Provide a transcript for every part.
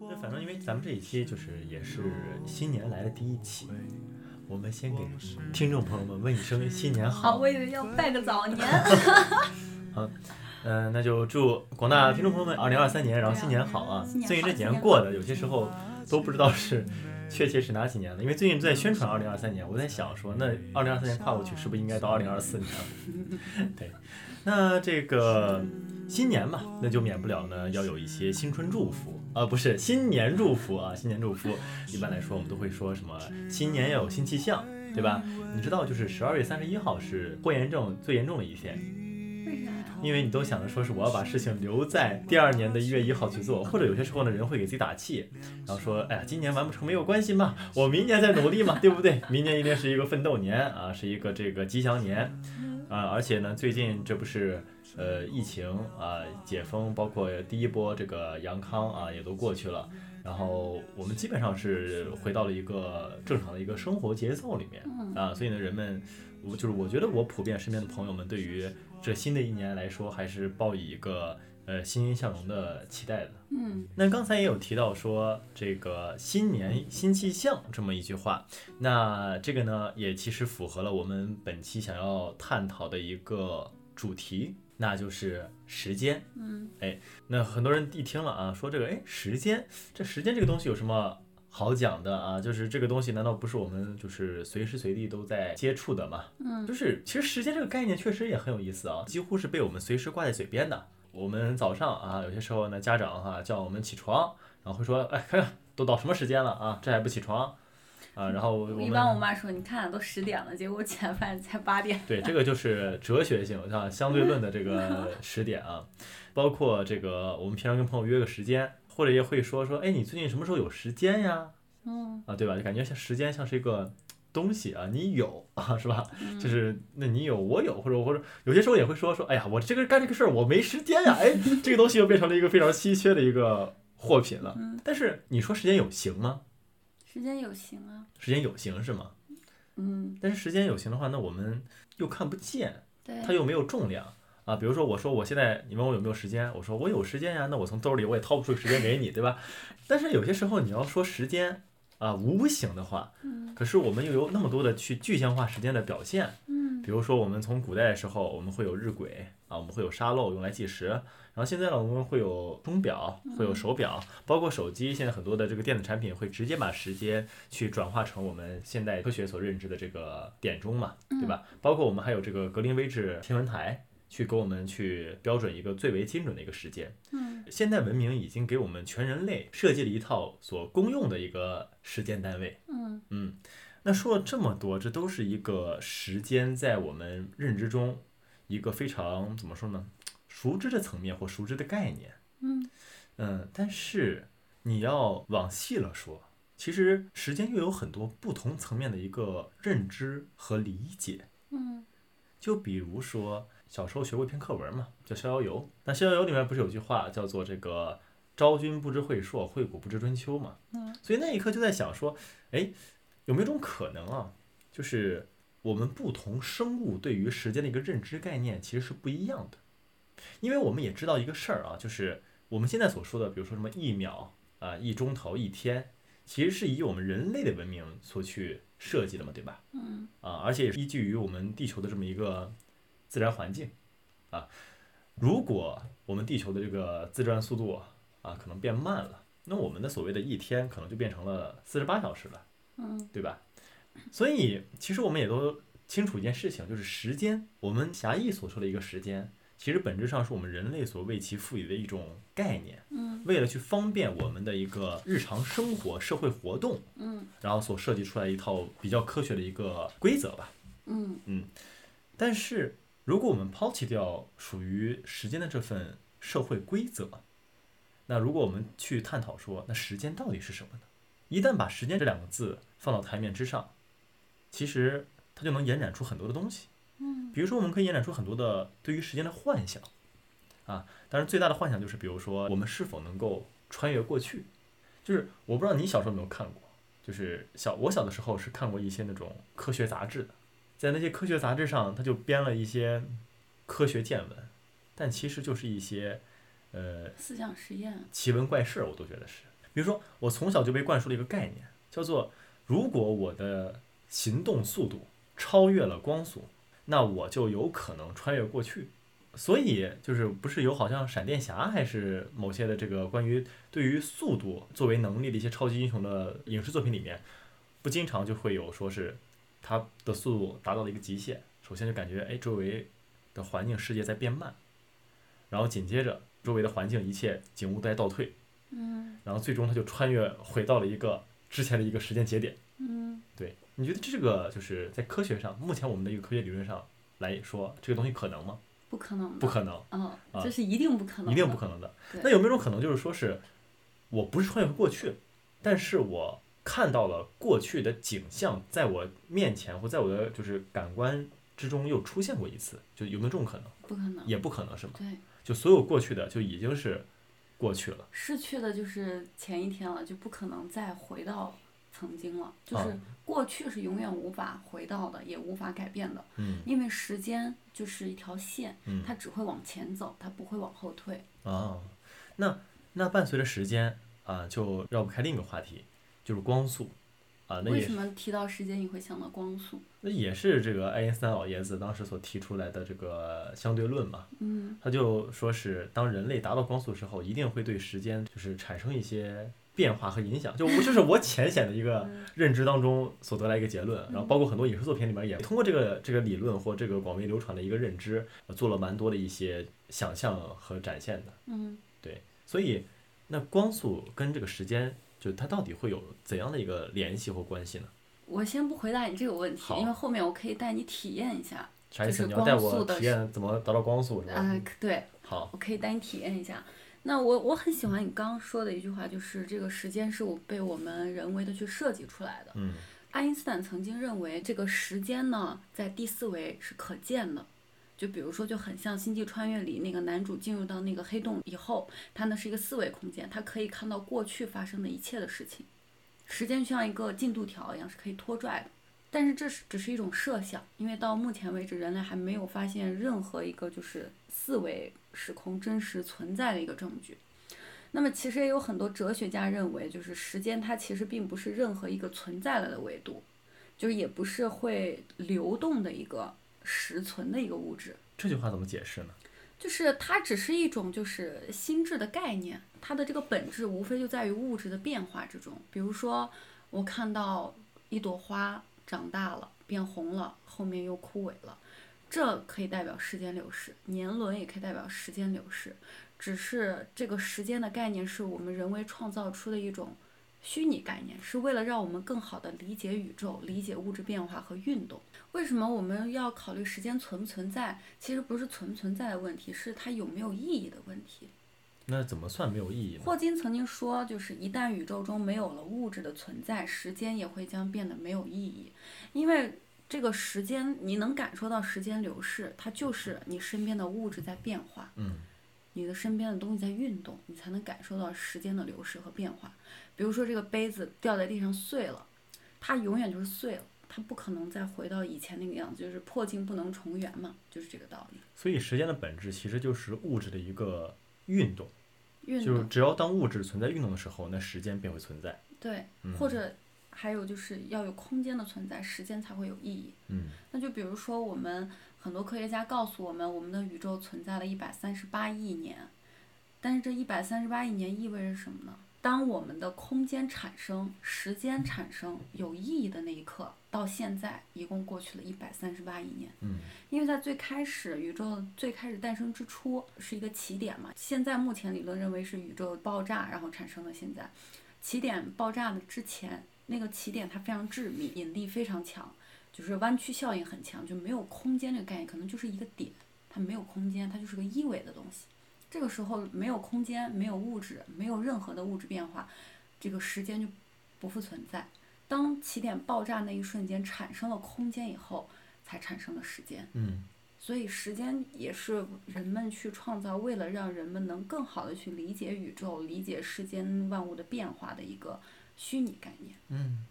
那反正因为咱们这一期就是也是新年来的第一期，我们先给听众朋友们问一声新年好，好。我以为要拜个早年。 嗯、那就祝广大听众朋友们二零二三年，然后新年好啊！嗯新年好最近这几新年年好过的，有些时候都不知道是确切是哪几年了，因为最近在宣传二零二三年，我在想说，那二零二三年跨过去，是不是应该到二零二四年了？ 对，那这个新年嘛，那就免不了呢要有一些新春祝福，呃，不是新年祝福啊，新年祝 福，一般来说我们都会说什么新年要有新气象，对吧？你知道，就是十二月三十一号是拖延症最严重的一天，为啥呀？因为你都想着说是我要把事情留在第二年的一月一号去做，或者有些时候呢，人会给自己打气，然后说，哎呀，今年完不成没有关系嘛，我明年再努力嘛，对不对？明年一定是一个奋斗年啊，是一个这个吉祥年啊，而且呢，最近这不是。呃，疫情啊、解封，包括第一波这个阳康啊，也都过去了。然后我们基本上是回到了一个正常的一个生活节奏里面啊，所以呢，人们，我就是我觉得我普遍身边的朋友们对于这新的一年来说，还是抱以一个呃欣欣向荣的期待的。嗯，那刚才也有提到说这个新年新气象这么一句话，那这个呢也其实符合了我们本期想要探讨的一个主题，那就是时间。嗯，哎，那很多人一听了啊，说这个哎时间，这时间这个东西有什么？好讲的啊，就是这个东西，难道不是我们就是随时随地都在接触的吗？嗯就是其实时间这个概念确实也很有意思啊，几乎是被我们随时挂在嘴边的。我们早上啊，有些时候呢，家长哈、叫我们起床，然后会说，哎，看看都到什么时间了啊，这还不起床啊？然后我们一般我妈说，你看都十点了，结果我起来发现才八点。对，这个就是哲学性啊，相对论的这个时点啊，包括这个我们平常跟朋友约个时间，或者也会说说，哎，你最近什么时候有时间呀？嗯，啊，对吧？就感觉像时间像是一个东西啊，你有 啊，是吧？就是那你有，我有，或者或者有些时候也会说说，哎呀，我这个干这个事儿我没时间呀，哎，这个东西又变成了一个非常稀缺的一个货品了。但是你说时间有形吗？时间有形啊。时间有形是吗？嗯，但是时间有形的话，那我们又看不见，对它又没有重量啊。比如说，我说我现在你问我有没有时间，我说我有时间呀，那我从兜里我也掏不出时间给你，对吧？但是有些时候你要说时间啊无形的话，可是我们又有那么多的去具象化时间的表现，嗯，比如说我们从古代的时候，我们会有日晷啊，我们会有沙漏用来计时，然后现在呢，我们会有钟表，会有手表，包括手机，现在很多的这个电子产品会直接把时间去转化成我们现代科学所认知的这个点钟嘛，对吧？包括我们还有这个格林威治天文台。去给我们去标准一个最为精准的一个时间。嗯，现代文明已经给我们全人类设计了一套所公用的一个时间单位。嗯嗯，那说了这么多，这都是一个时间在我们认知中一个非常怎么说呢，熟知的层面或熟知的概念。嗯嗯，但是你要往细了说，其实时间又有很多不同层面的一个认知和理解。嗯就比如说小时候学过一篇课文嘛，叫《逍遥游》。那《逍遥游》里面不是有句话叫做这个“昭君不知晦朔，惠谷不知春秋”嘛？嗯。所以那一刻就在想说，哎，有没有一种可能啊，就是我们不同生物对于时间的一个认知概念其实是不一样的，因为我们也知道一个事儿啊，就是我们现在所说的，比如说什么一秒啊、一钟头、一天，其实是以我们人类的文明所去设计的嘛，对吧？嗯啊，而且也是依据于我们地球的这么一个自然环境啊。如果我们地球的这个自转速度啊可能变慢了，那我们的所谓的一天可能就变成了四十八小时了，嗯对吧？所以其实我们也都清楚一件事情，就是时间，我们狭义所说的一个时间，其实本质上是我们人类所为其赋予的一种概念，嗯为了去方便我们的一个日常生活、社会活动，嗯然后所设计出来一套比较科学的一个规则吧。嗯但是如果我们抛弃掉属于时间的这份社会规则，那如果我们去探讨说，那时间到底是什么呢？一旦把“时间”这两个字放到台面之上，其实它就能延展出很多的东西。嗯，比如说我们可以延展出很多的对于时间的幻想，啊，当然最大的幻想就是，比如说我们是否能够穿越过去，就是我不知道你小时候有没有看过，就是小我小的时候是看过一些那种科学杂志的，在那些科学杂志上，他就编了一些科学见闻，但其实就是一些呃思想实验。奇闻怪事儿，我都觉得是。比如说，我从小就被灌输了一个概念，叫做如果我的行动速度超越了光速，那我就有可能穿越过去。所以就是不是有好像闪电侠还是某些的这个关于对于速度作为能力的一些超级英雄的影视作品里面，不经常就会有说是他的速度达到了一个极限，首先就感觉哎周围的环境世界在变慢，然后紧接着周围的环境一切景物都在倒退，嗯然后最终他就穿越回到了一个之前的一个时间节点。嗯，对，你觉得这个就是在科学上，目前我们的一个科学理论上来说，这个东西可能吗？不可能的，不可能，嗯，啊这是一定不可能的，一定不可能的。对那有没有一种可能，就是说是我不是穿越回过去，但是我看到了过去的景象在我面前或在我的就是感官之中又出现过一次，就有没有这种可能？不可能，也不可能是吗？对，就所有过去的就已经是过去了。失去的就是前一天了，就不可能再回到曾经了，就是啊过去是永远无法回到的，也无法改变的，嗯因为时间就是一条线，嗯它只会往前走，它不会往后退。哦，那那伴随着时间啊、就绕不开另一个话题，就是光速啊、那为也什么提到时间你会想到光速？那也是这个爱因斯坦老爷子当时所提出来的这个相对论嘛，嗯他就说是当人类达到光速之后，一定会对时间就是产生一些变化和影响，就我这是我浅显的一个嗯认知当中所得来一个结论，然后包括很多影视作品里面也通过这个这个理论或这个广为流传的一个认知，呃做了蛮多的一些想象和展现的。嗯，对，所以那光速跟这个时间，就它到底会有怎样的一个联系或关系呢？我先不回答你这个问题，好因为后面我可以带你体验一下。啥意思？就是你要带光我速的体验怎么达到光速是吧？嗯啊，可对，好，我可以带你体验一下。那我我很喜欢你刚刚说的一句话，就是这个时间是我被我们人为的去设计出来的。嗯爱因斯坦曾经认为，这个时间呢，在第四维是可见的。就比如说，就很像《星际穿越》里那个男主进入到那个黑洞以后，他那是一个四维空间，他可以看到过去发生的一切的事情。时间就像一个进度条一样，是可以拖拽的。但是这是只是一种设想，因为到目前为止，人类还没有发现任何一个就是四维时空真实存在的一个证据。那么其实也有很多哲学家认为，就是时间它其实并不是任何一个存在了的维度，就是也不是会流动的一个实存的一个物质，这句话怎么解释呢？就是它只是一种就是心智的概念，它的这个本质无非就在于物质的变化之中。比如说，我看到一朵花长大了，变红了，后面又枯萎了，这可以代表时间流逝，年轮也可以代表时间流逝，只是这个时间的概念是我们人为创造出的一种。虚拟概念是为了让我们更好地理解宇宙、理解物质变化和运动。为什么我们要考虑时间存不存在？其实不是存不存在的问题，是它有没有意义的问题。那怎么算没有意义呢？霍金曾经说，就是一旦宇宙中没有了物质的存在，时间也会将变得没有意义，因为这个时间你能感受到时间流逝，它就是你身边的物质在变化，嗯你的身边的东西在运动，你才能感受到时间的流逝和变化。比如说这个杯子掉在地上碎了，它永远就是碎了，它不可能再回到以前那个样子，就是破镜不能重圆嘛，就是这个道理。所以时间的本质其实就是物质的一个运动，运就是动只要当物质存在运动的时候，那时间便会存在。对，嗯、或者还有就是要有空间的存在，时间才会有意义。嗯那就比如说，我们很多科学家告诉我们，我们的宇宙存在了一百三十八亿年，但是这一百三十八亿年意味着什么呢？当我们的空间产生、时间产生有意义的那一刻，到现在一共过去了一百三十八亿年。嗯因为在最开始宇宙最开始诞生之初是一个起点嘛，现在目前理论认为是宇宙爆炸然后产生的现在，起点爆炸的之前那个起点它非常致密，引力非常强，就是弯曲效应很强，就没有空间这个概念，可能就是一个点，它没有空间，它就是个一维的东西。这个时候没有空间，没有物质，没有任何的物质变化，这个时间就不复存在。当起点爆炸那一瞬间产生了空间以后，才产生了时间。嗯所以，时间也是人们去创造，为了让人们能更好的去理解宇宙、理解世间万物的变化的一个虚拟概念，嗯，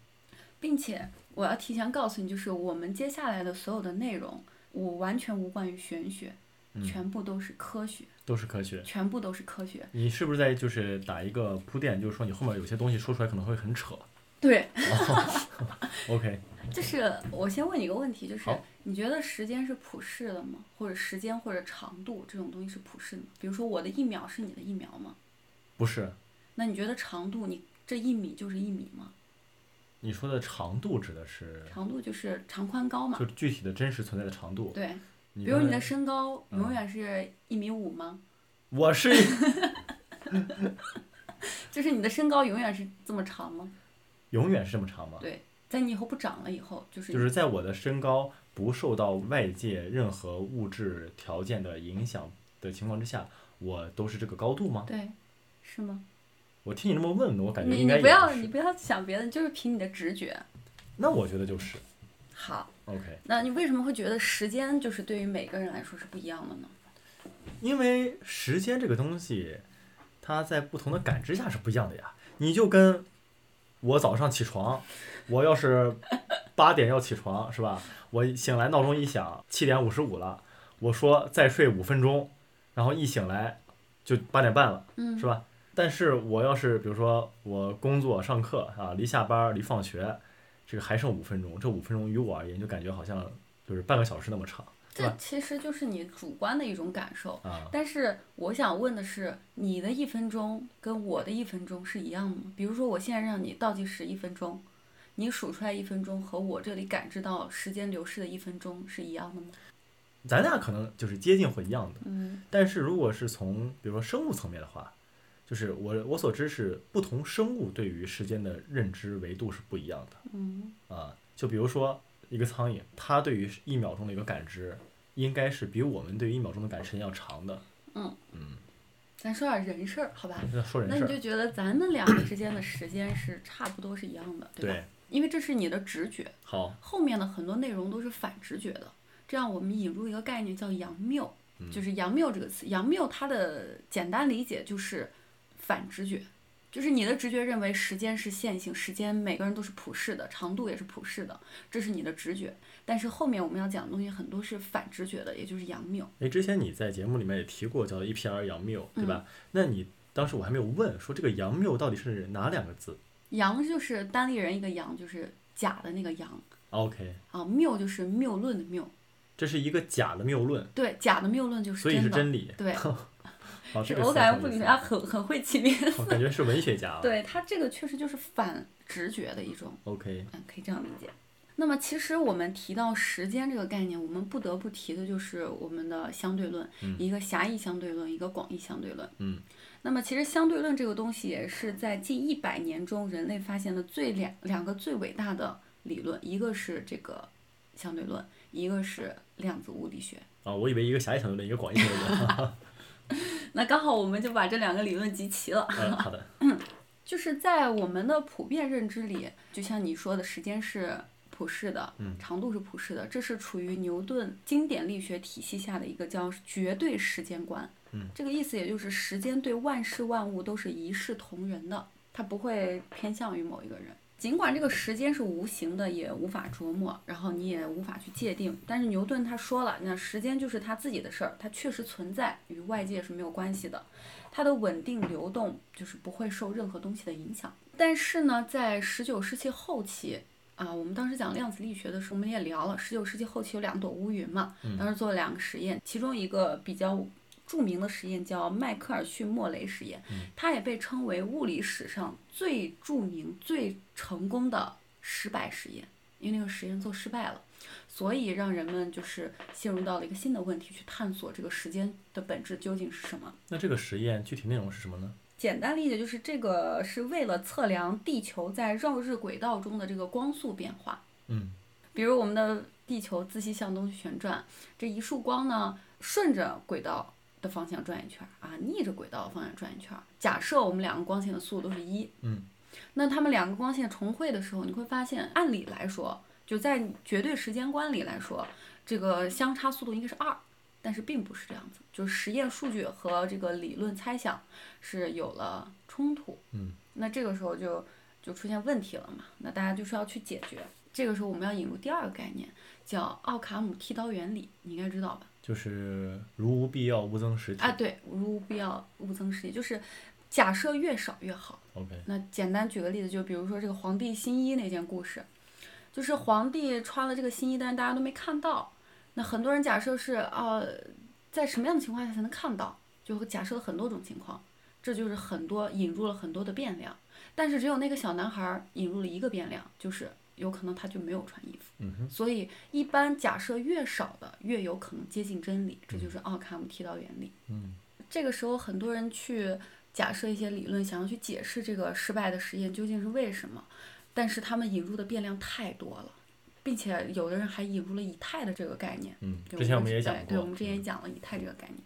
并且我要提前告诉你，就是我们接下来的所有的内容，我完全无关于玄学，全部都是科学，都嗯是科学。全部都是科学。你是不是在就是打一个铺垫，就是说你后面有些东西说出来可能会很扯对， ？OK，就是我先问你一个问题，就是好你觉得时间是普世的吗？或者时间或者长度这种东西是普世的吗？比如说我的一秒是你的一秒吗？不是那你觉得长度，你这一米就是一米吗？你说的长度指的是长度就是长宽高嘛就。是具体的真实存在的长度。对，比比如你的身高嗯永远是一米五吗？我是就是你的身高永远是这么长吗？永远是这么长吗？对，在你以后不长了以后，就是就是在我的身高不受到外界任何物质条件的影响的情况之下，我都是这个高度吗？对，是吗？我听你这么问，我感觉你应该你也不要是你不要想别的，你就是凭你的直觉。那我觉得就是好， OK，那你为什么会觉得时间就是对于每个人来说是不一样的呢？因为时间这个东西，它在不同的感知下是不一样的呀。你就跟我早上起床，我要是八点要起床是吧？我一醒来闹钟一响，七点五十五了，我说再睡五分钟，然后一醒来就八点半了。嗯是吧？但是我要是比如说我工作上课啊，离下班儿离放学，这个还剩五分钟，这五分钟于我而言就感觉好像就是半个小时那么长这其实就是你主观的一种感受。啊。但是我想问的是，你的一分钟跟我的一分钟是一样的吗？比如说，我现在让你倒计时一分钟，你数出来一分钟和我这里感知到时间流逝的一分钟是一样的吗？咱俩可能就是接近会一样的，嗯，但是如果是从比如说生物层面的话，就是我我所知是不同生物对于时间的认知维度是不一样的。嗯，啊，就比如说一个苍蝇，它对于一秒钟的一个感知，应该是比我们对于一秒钟的感知要长的。嗯咱说点人事儿，好吧？那说人嗯那事你儿，就觉得咱们两个之间的时间是差不多是一样的，吧？对，因为这是你的直觉，好，后面的很多内容都是反直觉的。这样我们引入一个概念叫“佯谬”，嗯就是“佯谬”这个词。佯谬它的简单理解就是反直觉，就是你的直觉认为时间是线性，时间每个人都是普世的，长度也是普世的，这是你的直觉。但是后面我们要讲的东西很多是反直觉的，也就是佯谬。哎，之前你在节目里面也提过叫 EPR 杨谬，对嗯吧？那你当时我还没有问，说这个杨谬到底是哪两个字佯就是单立人一个佯，就是假的那个佯？OK，啊；谬就是谬论的谬，这是一个假的谬论，对，假的谬论就是所以真是的。真理。对，好，这是个我词感觉很有物理意学思家啊很很会 起名我感觉是文学家啊。对它这个确实就是反直觉的一种， ，OK，嗯，可以这样理解。那么其实我们提到时间这个概念，我们不得不提的就是我们的相对论，一个狭义相对论，一个广义相对论。嗯。那么其实相对论这个东西也是在近一百年中人类发现的最两两个最伟大的理论，一个是这个相对论，一个是量子物理学。啊，我以为一个狭义相对论，一个广义相对论。 那刚好我们就把这两个理论集齐了。嗯，好的，就是在我们的普遍认知里，就像你说的，时间是普世的，长度是普世的，这是处于牛顿经典力学体系下的一个叫绝对时间观。嗯，这个意思也就是时间对万事万物都是一视同仁的，它不会偏向于某一个人。尽管这个时间是无形的，也无法琢磨，然后你也无法去界定。但是牛顿他说了，那时间就是他自己的事儿，它确实存在，与外界是没有关系的。它的稳定流动就是不会受任何东西的影响。但是呢，在十九世纪后期啊，我们当时讲量子力学的时候，我们也聊了，十九世纪后期有两朵乌云嘛，当时做了两个实验，其中一个比较。著名的实验叫迈克尔逊莫雷实验，它也被称为物理史上最著名、最成功的失败实验，因为那个实验做失败了，所以让人们就是陷入到了一个新的问题，去探索这个时间的本质究竟是什么。那这个实验具体内容是什么呢？简单理解就是这个是为了测量地球在绕日轨道中的这个光速变化。嗯，比如我们的地球自西向东旋转，这一束光呢顺着轨道的方向转一圈儿啊，逆着轨道的方向转一圈儿。假设我们两个光线的速度都是一，嗯，那它们两个光线重会的时候，你会发现，按理来说，就在绝对时间观里来说，这个相差速度应该是二。但是并不是这样子，就是实验数据和这个理论猜想是有了冲突。嗯，那这个时候就就出现问题了嘛，那大家就是要去解决。这个时候我们要引入第二个概念，叫奥卡姆剃刀原理，你应该知道吧？就是如无必要，勿增实体。啊，对，如无必要，勿增实体，就是假设越少越好。 OK，那简单举个例子，就比如说这个皇帝新衣那件故事，就是皇帝穿了这个新衣，但是大家都没看到。那很多人假设是呃，在什么样的情况下才能看到？就假设了很多种情况，这就是很多引入了很多的变量。但是只有那个小男孩儿引入了一个变量，就是有可能他就没有穿衣服。嗯哼，所以一般假设越少的，越有可能接近真理，这就是奥卡姆剃刀原理。嗯，这个时候很多人去假设一些理论，想要去解释这个失败的实验究竟是为什么，但是他们引入的变量太多了，并且有的人还引入了以太的这个概念。嗯，对之前我们也讲对过，对，我们之前也嗯讲了以太这个概念。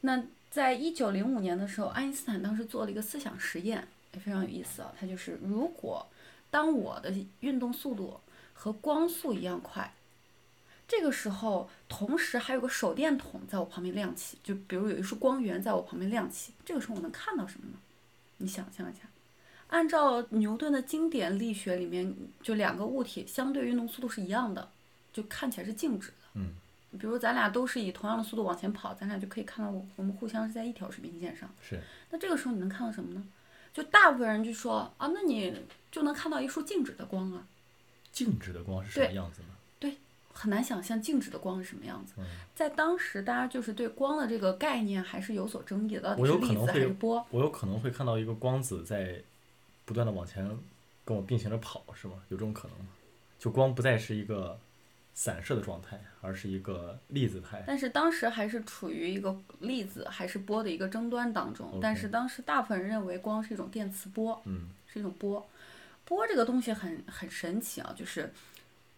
那在一九零五年的时候，爱因斯坦当时做了一个思想实验，也非常有意思啊。他就是，如果当我的运动速度和光速一样快，这个时候同时还有个手电筒在我旁边亮起，就比如有一束光源在我旁边亮起，这个时候我能看到什么呢？你想象一下。按照牛顿的经典力学里面，就两个物体相对运动速度是一样的，就看起来是静止的。嗯，比如咱俩都是以同样的速度往前跑，咱俩就可以看到我我们互相是在一条水平线上。是，那这个时候你能看到什么呢？就大部分人就说啊，那你就能看到一束静止的光啊，静止的光是什么样子呢？很难想象静止的光是什么样子。嗯在当时，大家就是对光的这个概念还是有所争议的，到底我是有可粒能子还会是波？我有可能会看到一个光子在不断的往前跟我并行着跑，是吗？有这种可能吗？就光不再是一个散射的状态，而是一个粒子态。但是当时还是处于一个粒子还是波的一个争端当中。 OK 但是当时大部分人认为光是一种电磁波，嗯是一种波。波这个东西很很神奇啊，就是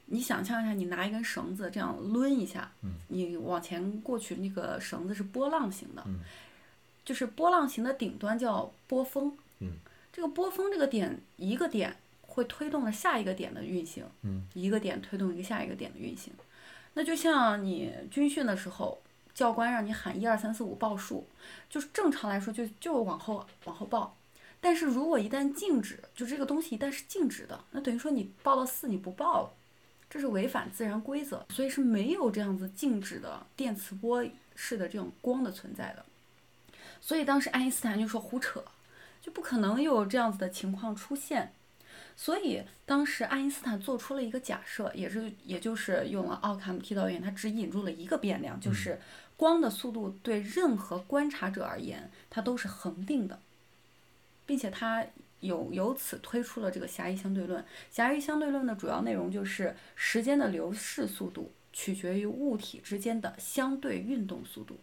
你想象一下，你拿一根绳子这样抡一下，嗯你往前过去，那个绳子是波浪形的，嗯就是波浪形的顶端叫波峰。嗯这个波峰这个点，一个点会推动了下一个点的运行，嗯一个点推动一个下一个点的运行。那就像你军训的时候，教官让你喊一二三四五报数，就是正常来说就就往后往后报。但是如果一旦静止，就这个东西一旦是静止的，那等于说你报到四你不报了，这是违反自然规则，所以是没有这样子静止的电磁波式的这种光的存在的。所以当时爱因斯坦就说胡扯，就不可能有这样子的情况出现。所以当时爱因斯坦做出了一个假设，也是也就是用了奥卡姆剃刀原理，他只引入了一个变量，就是光的速度对任何观察者而言，它都是恒定的，并且他有由此推出了这个狭义相对论。狭义相对论的主要内容就是时间的流逝速度取决于物体之间的相对运动速度。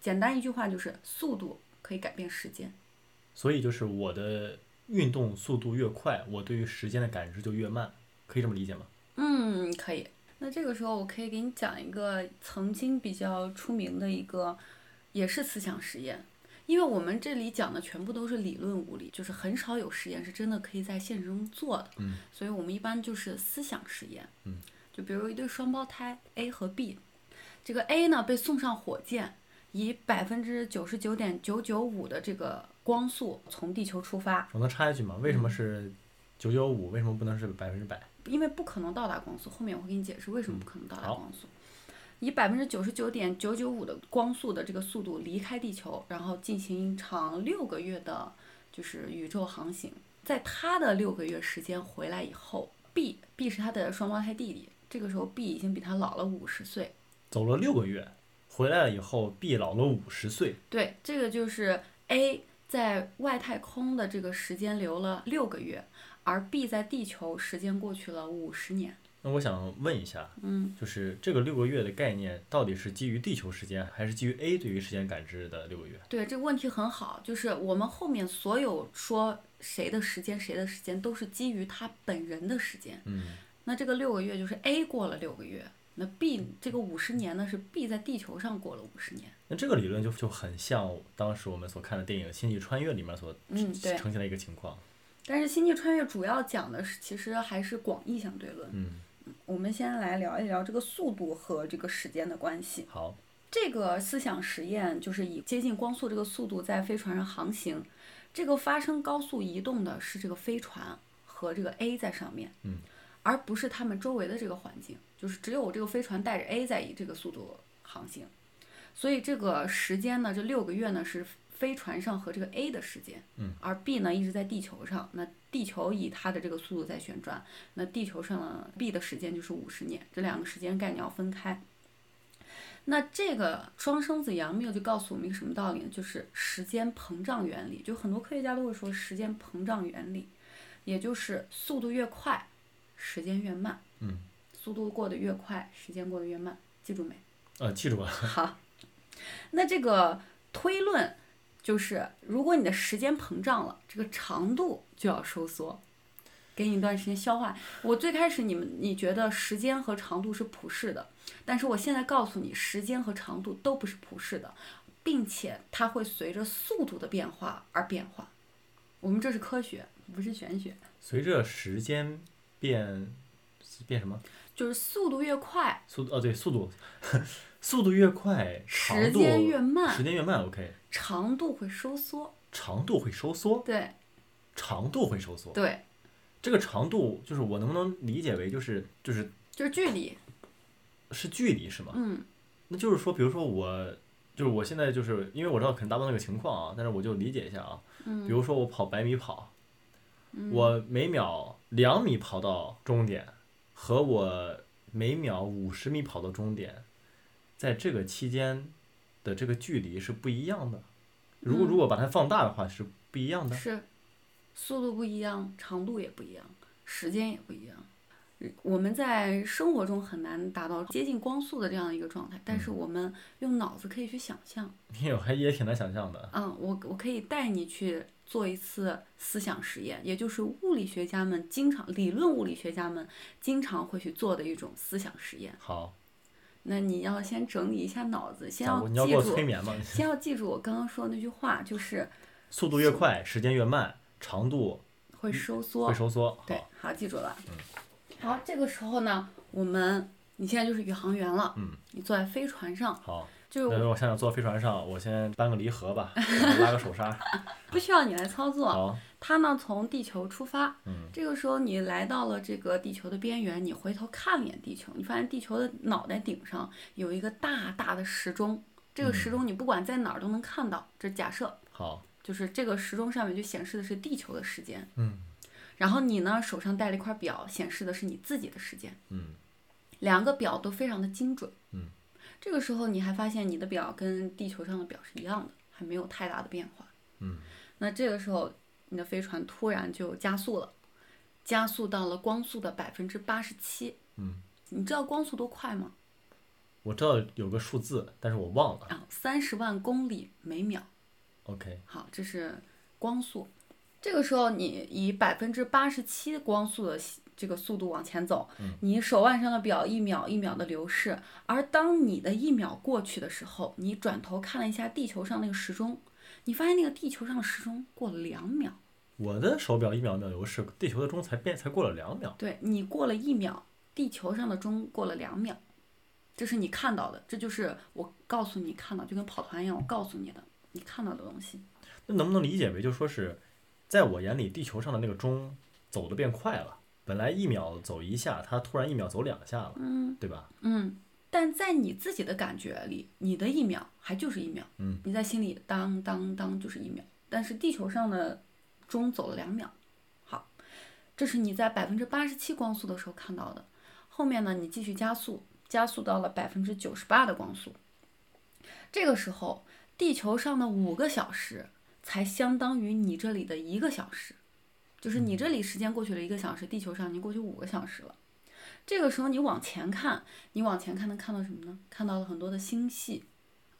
简单一句话就是速度可以改变时间。所以就是我的运动速度越快，我对于时间的感知就越慢，可以这么理解吗？嗯，可以。那这个时候，我可以给你讲一个曾经比较出名的一个，也是思想实验。因为我们这里讲的全部都是理论物理，就是很少有实验是真的可以在现实中做的。嗯，所以我们一般就是思想实验。嗯，就比如一对双胞胎 A 和 B，这个 A 呢被送上火箭，以百分之九十九点九九五的这个光速从地球出发，我能插一句吗？为嗯什么是九九五？为什么不能是百分之百？因为不可能到达光速，后面我会给你解释为什么不可能到达好光速。以百分之九十九点九九五的光速的这个速度离开地球，然后进行一场六个月的，就是宇宙航行。在他的六个月时间回来以后，B B 是他的双胞胎弟弟，这个时候 B 已经比他老了五十岁。走了六个月，回来了以后，B 老了五十岁。对，这个就是 A 在外太空的这个时间留了六个月，而 B 在地球时间过去了五十年。那我想问一下，嗯，就是这个六个月的概念到底是基于地球时间，还是基于 A 对于时间感知的六个月？对，这个问题很好，就是我们后面所有说谁的时间，谁的时间，都是基于他本人的时间。嗯那这个六个月就是 A 过了六个月，那 B 这个五十年呢是 B 在地球上过了五十年。那这个理论就就很像当时我们所看的电影《星际穿越》里面所嗯对呈现的一个情况。但是《星际穿越》主要讲的是，其实还是广义相对论。嗯，我们先来聊一聊这个速度和这个时间的关系。好，这个思想实验就是以接近光速这个速度在飞船上航行，这个发生高速移动的是这个飞船和这个 A 在上面，嗯，而不是他们周围的这个环境，就是只有这个飞船带着 A 在以这个速度航行。所以这个时间呢，这六个月呢是飞船上和这个 A 的时间，嗯，而 B 呢一直在地球上，那地球以它的这个速度在旋转，那地球上呢 B 的时间就是五十年，这两个时间概念要分开。那这个双生子杨谬就告诉我们一个什么道理呢？就是时间膨胀原理，就很多科学家都会说时间膨胀原理，也就是速度越快，时间越慢，嗯，速度过得越快，时间过得越慢，记住没？呃，记住了，好，那这个推论就是，如果你的时间膨胀了，这个长度就要收缩，给你一段时间消化。我最开始你们你觉得时间和长度是普世的，但是我现在告诉你，时间和长度都不是普世的，并且它会随着速度的变化而变化。我们这是科学，不是玄学。随着时间变变什么就是速度越快，速度？哦，对，速度，速度越快，时长度间越慢，时间越慢，OK，长度会收缩。长度会收缩，对长度会收缩。对，这个长度就是我能不能理解为就是就是就是距离。是距离是吗？嗯，那就是说，比如说我，就是我现在就是因为我知道可能达不到那个情况啊，但是我就理解一下啊。嗯比如说我跑百米跑，我每秒两米跑到终点，和我每秒五十米跑到终点，在这个期间的这个距离是不一样的。如嗯果如果把它放大的话是不一样的。 是，速度不一样，长度也不一样，时间也不一样。嗯我们在生活中很难达到接近光速的这样一个状态，但是嗯我们用脑子可以去想象。因为我还也挺难想象的。嗯，我我可以带你去做一次思想实验，也就是物理学家们经常理论物理学家们经常会去做的一种思想实验。好，那你要先整理一下脑子，先咋要我你要记给我住催，眠 吗？先要记住我刚刚说的那句话，就是速度越快，时间越慢，长度会收嗯缩会，收缩。对好，，嗯好，记住了。好，这个时候呢，我们你现在就是宇航员了，嗯，你坐在飞船上，好。就是那我想想，坐飞船上，我先搬个离合 吧，然后拉个手刹。不需要你来操作。好，它呢从地球出发，嗯这个时候你来到了这个地球的边缘，你回头看了一眼地球，你发现地球的脑袋顶上有一个大大的时钟，这个嗯时钟你不管在哪儿都能看到，这是假设。好，就是这个时钟上面就显示的是地球的时间，嗯然后你呢手上戴了一块表，显示的是你自己的时间。嗯两个表都非常的精准。嗯，这个时候你还发现你的表跟地球上的表是一样的，还没有太大的变化。嗯，那这个时候你的飞船突然就加速了，加速到了光速的百分之八十七。嗯，你知道光速多快吗？我知道有个数字，但是我忘了。啊，三十万公里每秒。 OK，好，这是光速。这个时候，你以百分之八十七光速的这个速度往前走，你手腕上的表一秒一秒的流逝。而当你的一秒过去的时候，你转头看了一下地球上那个时钟，你发现那个地球上的时钟过了两秒。我的手表一秒秒流逝，地球的钟才变才过了两秒。对你过了一秒，地球上的钟过了两秒，这是你看到的，这就是我告诉你看到，就跟跑团一样，我告诉你的，你看到的东西。那能不能理解为就说是，在我眼里，地球上的那个钟走的变快了，本来一秒走一下，它突然一秒走两下了，嗯，对吧？嗯，但在你自己的感觉里，你的一秒还就是一秒，嗯，你在心里当当当就是一秒，但是地球上的钟走了两秒，好，这是你在百分之八十七光速的时候看到的，后面呢，你继续加速，加速到了百分之九十八的光速，这个时候，地球上的五个小时才相当于你这里的一个小时，就是你这里时间过去了一个小时，地球上已经过去五个小时了。这个时候你往前看，你往前看能看到什么呢？看到了很多的星系，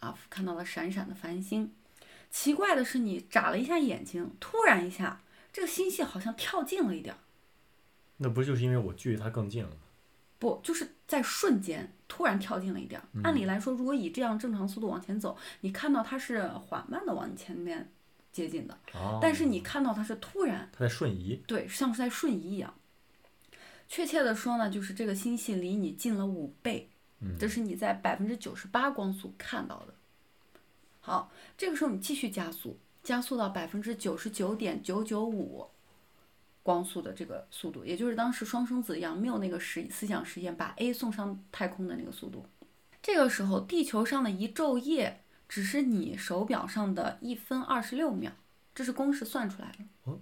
啊，看到了闪闪的繁星。奇怪的是，你眨了一下眼睛，突然一下，这个星系好像跳近了一点儿，那不就是因为我距离它更近了吗？不，就是在瞬间突然跳进了一点儿。按理来说，如果以这样正常速度往前走，你看到它是缓慢的往你前面接近的，啊，但是你看到它是突然，它在瞬移。对，像是在瞬移一样。确切的说呢，就是这个星系离你近了五倍，嗯这是你在百分之九十八光速看到的。好，这个时候你继续加速，加速到百分之九十九点九九五光速的这个速度，也就是当时双生子杨谬那个实思想实验把 A 送上太空的那个速度。这个时候，地球上的一昼夜只是你手表上的一分二十六秒，这是公式算出来的。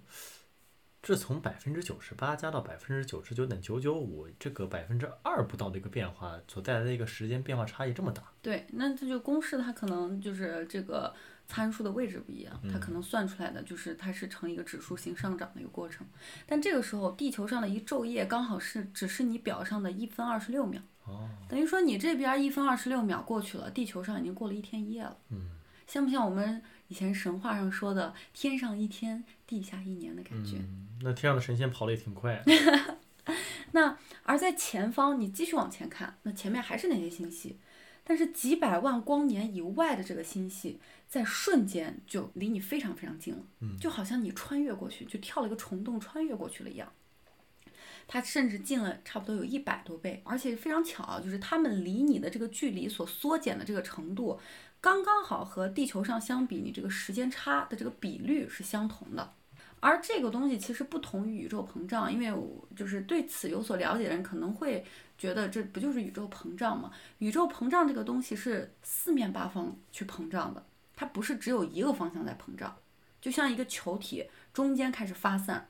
这从百分之九十八加到百分之九十九点九九五，这个百分之二不到的一个变化所带来的一个时间变化差异这么大，对，那它就公式它可能就是这个参数的位置不一样，它可嗯能算出来的就是它是呈一个指数型上涨的一个过程。但这个时候，地球上的一昼夜刚好是只是你表上的一分二十六秒，哦等于说你这边一分二十六秒过去了，地球上已经过了一天一夜了。嗯，像不像我们以前神话上说的“天上一天，地下一年”的感觉？嗯，那天上的神仙跑得也挺 快，而在前方，你继续往前看，那前面还是那些星系，但是几百万光年以外的这个星系，在瞬间就离你非常非常近了，嗯就好像你穿越过去，就跳了一个虫洞穿越过去了一样。它甚至近了差不多有一百多倍，而且非常巧啊，就是它们离你的这个距离所缩减的这个程度，刚刚好和地球上相比，你这个时间差的这个比率是相同的。而这个东西其实不同于宇宙膨胀，因为我就是对此有所了解的人可能会觉得这不就是宇宙膨胀吗？宇宙膨胀这个东西是四面八方去膨胀的，它不是只有一个方向在膨胀，就像一个球体中间开始发散，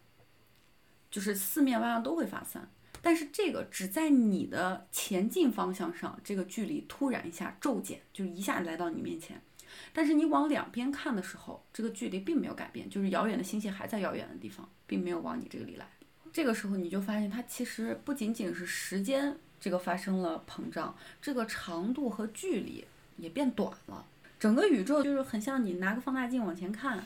就是四面八方都会发散。但是这个只在你的前进方向上，这个距离突然一下骤减，就一下来到你面前。但是你往两边看的时候，这个距离并没有改变，就是遥远的星系还在遥远的地方，并没有往你这里来。这个时候你就发现，它其实不仅仅是时间这个发生了膨胀，这个长度和距离也变短了。整个宇宙就是很像你拿个放大镜往前看，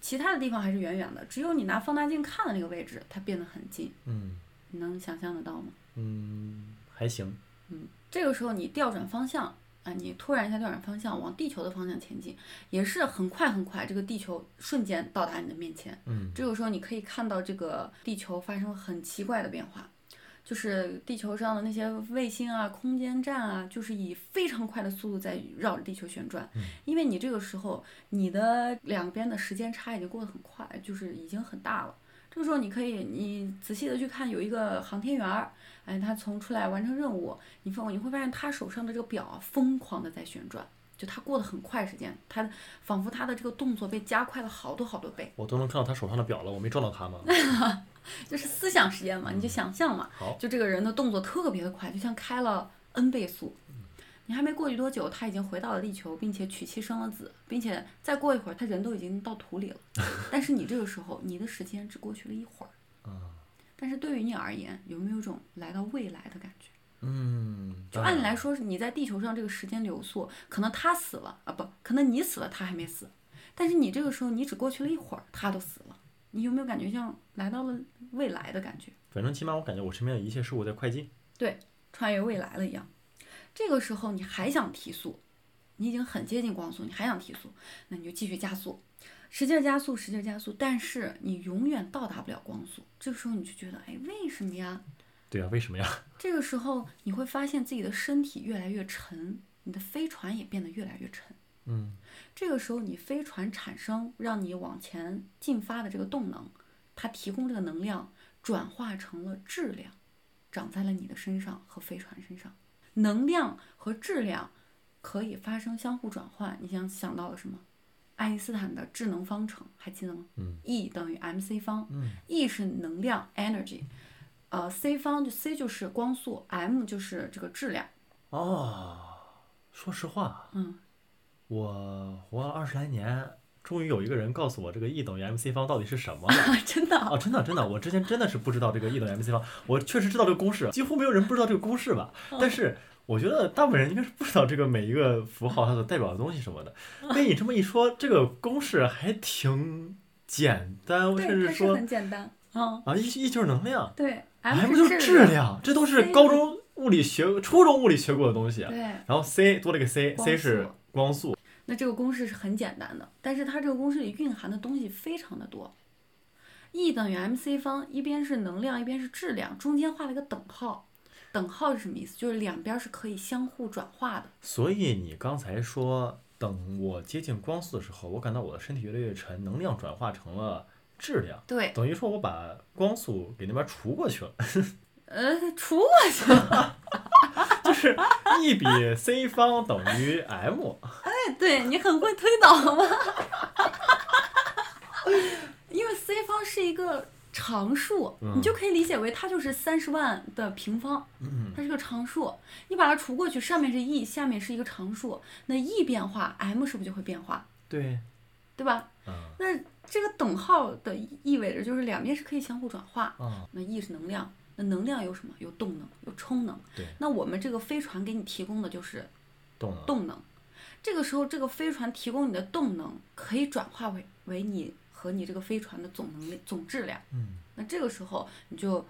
其他的地方还是远远的，只有你拿放大镜看的那个位置，它变得很近。嗯你能想象得到吗？嗯，还行，这个时候你调转方向啊，你突然一下调转方向，往地球的方向前进，也是很快很快，这个地球瞬间到达你的面前。嗯这个时候你可以看到这个地球发生了很奇怪的变化，就是地球上的那些卫星啊、空间站啊，就是以非常快的速度在绕着地球旋转。因为你这个时候你的两边的时间差已经过得很快，就是已经很大了。这个时候你可以你仔细的去看，有一个航天员儿，哎，他从出来完成任务，你发你会发现他手上的这个表啊疯狂的在旋转。就他过得很快，时间，他仿佛他的这个动作被加快了好多好多倍。我都能看到他手上的表了，我没撞到他 吗？就是思想实验嘛，你就想象嘛，好，就这个人的动作特别的快，就像开了 n 倍速。你还没过去多久，他已经回到了地球，并且娶妻生了子，并且再过一会儿，他人都已经到土里了。但是你这个时候，你的时间只过去了一会儿。啊但是对于你而言，有没有一种来到未来的感觉？嗯，就按理来说，是你在地球上这个时间流速，可能他死了啊，不，可能你死了，他还没死。但是你这个时候，你只过去了一会儿，他都死了。你有没有感觉像来到了未来的感觉？反正起码我感觉我身边的一切事物在快进，穿越未来了一样。这个时候你还想提速，你已经很接近光速，你还想提速，那你就继续加速，使劲加速，使劲加速，但是你永远到达不了光速。这个时候你就觉得，哎，为什么呀？对啊，为什么呀？这个时候你会发现自己的身体越来越沉，你的飞船也变得越来越沉。嗯，这个时候你飞船产生让你往前进发的这个动能，它提供这个能量转化成了质量，长在了你的身上和飞船身上。能量和质量可以发生相互转换，你想想到了什么？爱因斯坦的质能方程还记得吗？嗯，E 等于 mc 方。嗯，E 是能量 energy，呃，c 方就 c 就是光速，m 就是这个质量。哦，说实话，嗯， 我活了二十来年，终于有一个人告诉我这个 E 等于 MC 方到底是什么了。啊，真的啊哦，真的真的，我之前真的是不知道这个 E 等于 MC 方，我确实知道这个公式，几乎没有人不知道这个公式吧？嗯但是我觉得大部分人应该是不知道这个每一个符号它所代表的东西什么的。嗯被你这么一说，这个公式还挺简单，对，甚至它是说很简单。嗯，啊，E E 就是能量对，M 是就是质量，这都是高 C 中物理学、初中物理学过的东西。啊对，然后 c 多了一个 c，c 光是速光速，那这个公式是很简单的，但是它这个公式里蕴含的东西非常的多。E 等于 mc 方，一边是能量，一边是质量，中间画了一个等号。等号是什么意思？就是两边是可以相互转化的。所以你刚才说，等我接近光速的时候，我感到我的身体越来越沉，能量转化成了质量，对，等于说我把光速给那边除过去了， 呃，除过去了， 就 E 比 C 方等于 m，哎，对你很会推导嘛， 因为 C 方是一个常数，你就可以理解为它就是三十万的平方，嗯它是个常数，你把它除过去，上面是 e，下面是一个常数，那 e 变化，m 是不是就会变化，对，对吧？嗯那这个等号的意味着就是两边是可以相互转化，啊，那 E 是能量，那能量有什么？有动能，有充能。对那我们这个飞船给你提供的就是动了，动能。这个时候，这个飞船提供你的动能可以转化为为你和你这个飞船的总能力、总质量。嗯，那这个时候你就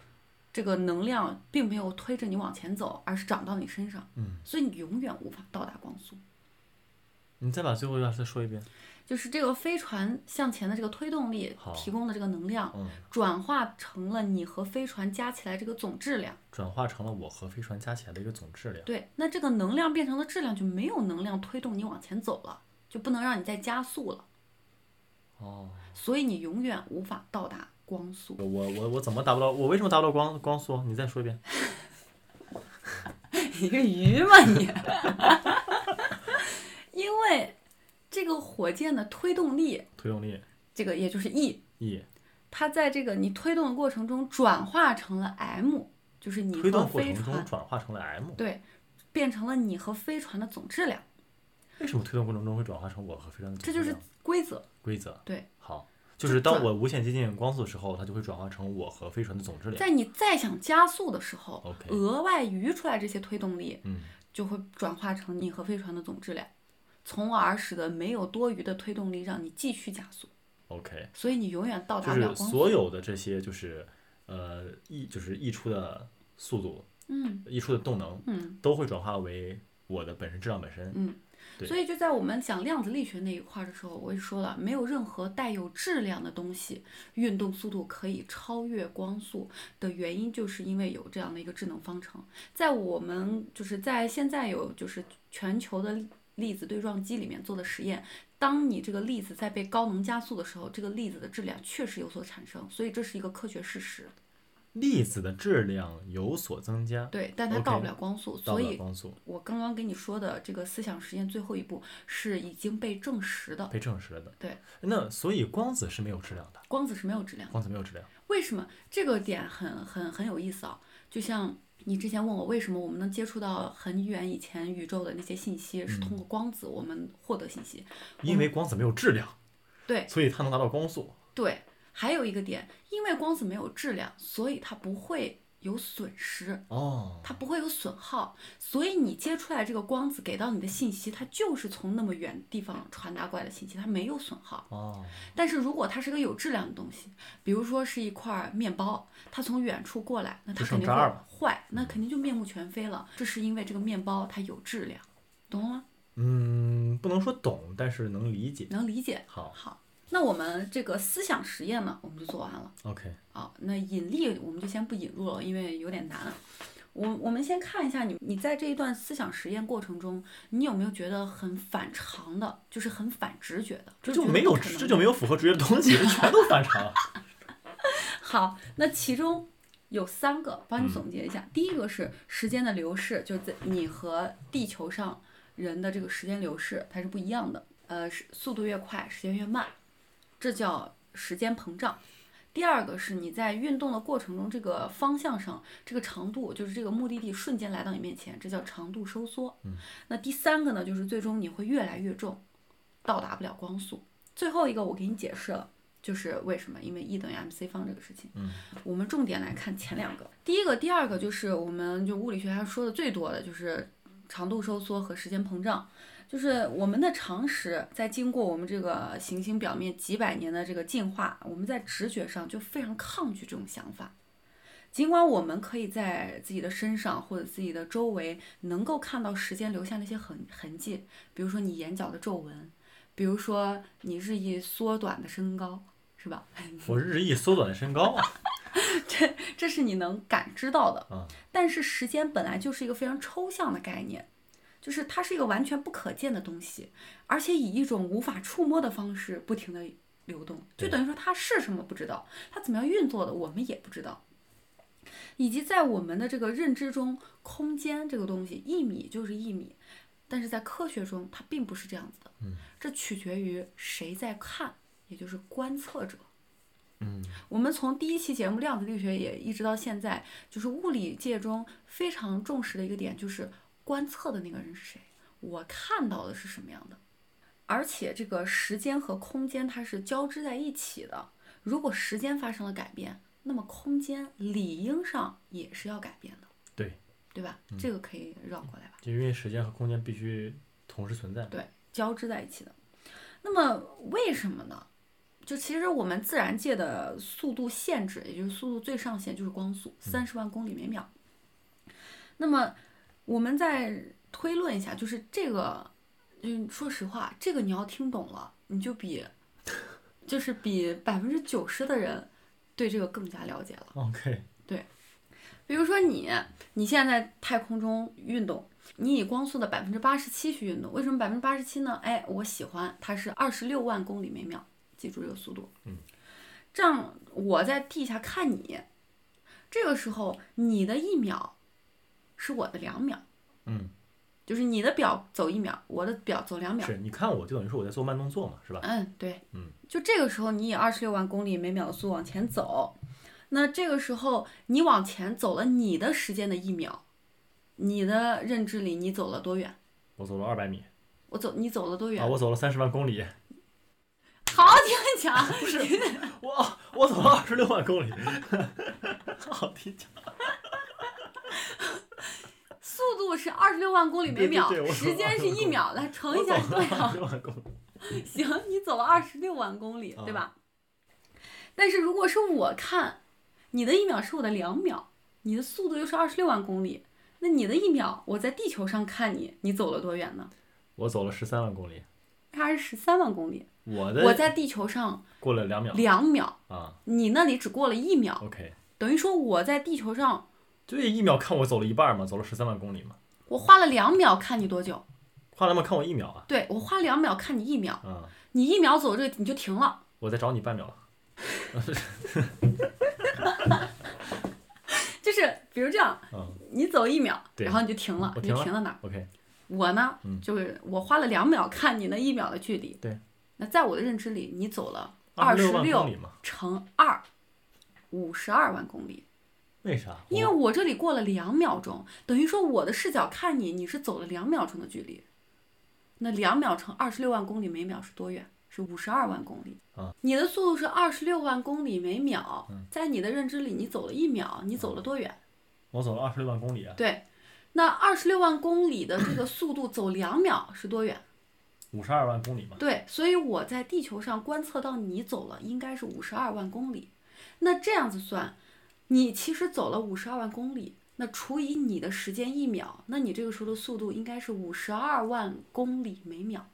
这个能量并没有推着你往前走，而是长到你身上。嗯，所以你永远无法到达光速。你再把最后一段再说一遍，就是这个飞船向前的这个推动力好提供的这个能量，嗯，转化成了你和飞船加起来这个总质量。转化成了我和飞船加起来的一个总质量，对，那这个能量变成了质量，就没有能量推动你往前走了，就不能让你再加速了，哦，所以你永远无法到达 光速。我我我怎么达不到？我为什么达不到光光速？你再说一遍，你个鱼嘛你！ 因为这个火箭的推动力，推动力这个也就是 E， E，它在这个你推动的过程中转化成了 M，就是你推和动过飞程中船转化成了 m，对，变成了你和飞船的总质量，为什么推动过程中会转化成我和飞船的这总质就量？是规则。规则，对，好。就就是当转我无限接近光速的时候，它就会转化成我和飞船的总质量。在你再想加速的时候 OK 额外余出来这些推动力，嗯，就会转化成你和飞船的总质量，从而使得没有多余的推动力让你继续加速， OK，所以你永远到就达不了是光所速。有的这些就是呃溢就是溢出的速度、嗯溢出的动能嗯都会转化为我的本身质量本身。嗯，对所以就在我们讲量子力学那一块儿的时候，我也说了，没有任何带有质量的东西运动速度可以超越光速的原因，就是因为有这样的一个智能方程。在我们就是在现在有就是全球的粒子对撞机里面做的实验，当你这个粒子在被高能加速的时候，这个粒子的质量确实有所产生，所以这是一个科学事实。粒子的质量有所增加，对，但它 OK，到不了光速到所了以光速我刚刚跟你说的这个思想实验最后一步是已经被证实的，被证实了的。对，那所以光子是没有质量的，光子是没有质量的。光子没有质量。为什么这个点很很很有意思啊？就像你之前问我为什么我们能接触到很远以前宇宙的那些信息，是通过光子我们获得信息。因为光子没有质量，对所以它能达到光速。对，还有一个点，因为光子没有质量，所以它不会有损失，哦，它不会有损耗，所以你接出来这个光子给到你的信息，它就是从那么远地方传达过来的信息，它没有损耗。哦，但是如果它是个有质量的东西，比如说是一块面包，它从远处过来，那它就肯剩定渣会了嗯坏，那肯定就面目全非了。这是因为这个面包它有质量，懂了吗？嗯，不能说懂，但是能理解。能理解？好好，那我们这个思想实验呢，我们就做完了，OK，啊。那引力我们就先不引入了，因为有点难。我我们先看一下你，你在这一段思想实验过程中，你有没有觉得很反常的，就是很反直觉的？这就就没有这就没有符合直觉的东西，这全都反常。 好，那其中有三个，帮你总结一下。第一个是时间的流逝，就是在你和地球上人的这个时间流逝它是不一样的，呃，是速度越快，时间越慢，这叫时间膨胀。第二个是你在运动的过程中，这个方向上，这个长度就是这个目的地瞬间来到你面前，这叫长度收缩。嗯、那第三个呢，就是最终你会越来越重，到达不了光速。最后一个我给你解释了，就是为什么，因为 E 等于 mc 方这个事情。嗯，我们重点来看前两个，第一个、第二个就是我们就物理学上说的最多的就是长度收缩和时间膨胀。就是我们的常识，在经过我们这个行星表面几百年的这个进化，我们在直觉上就非常抗拒这种想法。尽管我们可以在自己的身上或者自己的周围能够看到时间留下那些痕痕迹，比如说你眼角的皱纹，比如说你日益缩短的身高，是吧？ 我日益缩短的身高，啊这是你能感知到的。 嗯但是时间本来就是一个非常抽象的概念，就是它是一个完全不可见的东西，而且以一种无法触摸的方式不停的流动，就对等于说它是什么不知道，它怎么样运作的我们也不知道。以及在我们的这个认知中，空间这个东西，一米就是一米，但是在科学中它并不是这样子的，嗯这取决于谁在看，也就是观测者。嗯我们从第一期节目《量子力学》也一直到现在，就是物理界中非常重视的一个点，就是观测的那个人是谁，我看到的是什么样的。而且这个时间和空间它是交织在一起的，如果时间发生了改变，那么空间理应上也是要改变的。对，对吧？这个可以绕过来吧。就因为时间和空间必须同时存在。对，交织在一起的。那么为什么呢？就其实我们自然界的速度限制，也就是速度最上限就是光速，三十万公里每秒。那么我们再推论一下，就是这个，嗯，说实话，这个你要听懂了，你就比就是比百分之九十的人对这个更加了解了。 OK，比如说你，你现在在太空中运动，你以光速的百分之八十七去运动，为什么百分之八十七呢？哎，我喜欢，它是二十六万公里每秒，记住这个速度。嗯，这样我在地下看你，这个时候你的一秒是我的两秒，嗯，就是你的表走一秒，我的表走两秒。是你看我就等于说我在做慢动作嘛，是吧？嗯，对，嗯，就这个时候你以二十六万公里每秒的速度往前走，那这个时候你往前走了你的时间的一秒，你的认知里你走了多远？我走了二百米我走，你走了多远？啊，我走了三十万公里，好好听你讲，不是哇，我走了二十六万公里， 好听讲。速度是二十六万公里每秒，对对对我走了 时间是一秒，来乘一下我啊走是多了少 二？十六万公里，行，你走了二十六万公里，啊对吧？但是如果是我看，你的一秒是我的两秒，你的速度又是二十六万公里，那你的一秒，我在地球上看你，你走了多远呢？我走了十三万公里，它是十三万公里，我我的在地球上过了两秒两秒，啊。你那里只过了一秒， OK，等于说我在地球上对，一秒看我走了一半嘛，走了十三万公里嘛，我花了两秒看你多久，花了嘛看我一秒啊，对我花两秒看你一秒，嗯，你一秒走这个你就停了。我在找你半秒了，就是比如这样，嗯你走一秒，对然后你就停了，我你停就了停在哪儿？ ，OK，我呢，嗯就是我花了两秒看你那一秒的距离。对。那在我的认知里，你走了二十十万公六里嘛，乘二，五十二万公里。为啥？因为我这里过了两秒钟，等于说我的视角看你，你是走了两秒钟的距离。那两秒乘二十六万公里每秒是多远？是五十二万公里。啊你的速度是二十六万公里每秒，在你的认知里，你走了一秒，你走了多远？我走了二十六万公里啊，对，那二十六万公里的这个速度走两秒是多远？五十二万公里嘛，对，所以我在地球上观测到你走了，应该是五十二万公里。那这样子算，你其实走了五十二万公里，那除以你的时间一秒，那你这个时候的速度应该是五十二万公里每秒。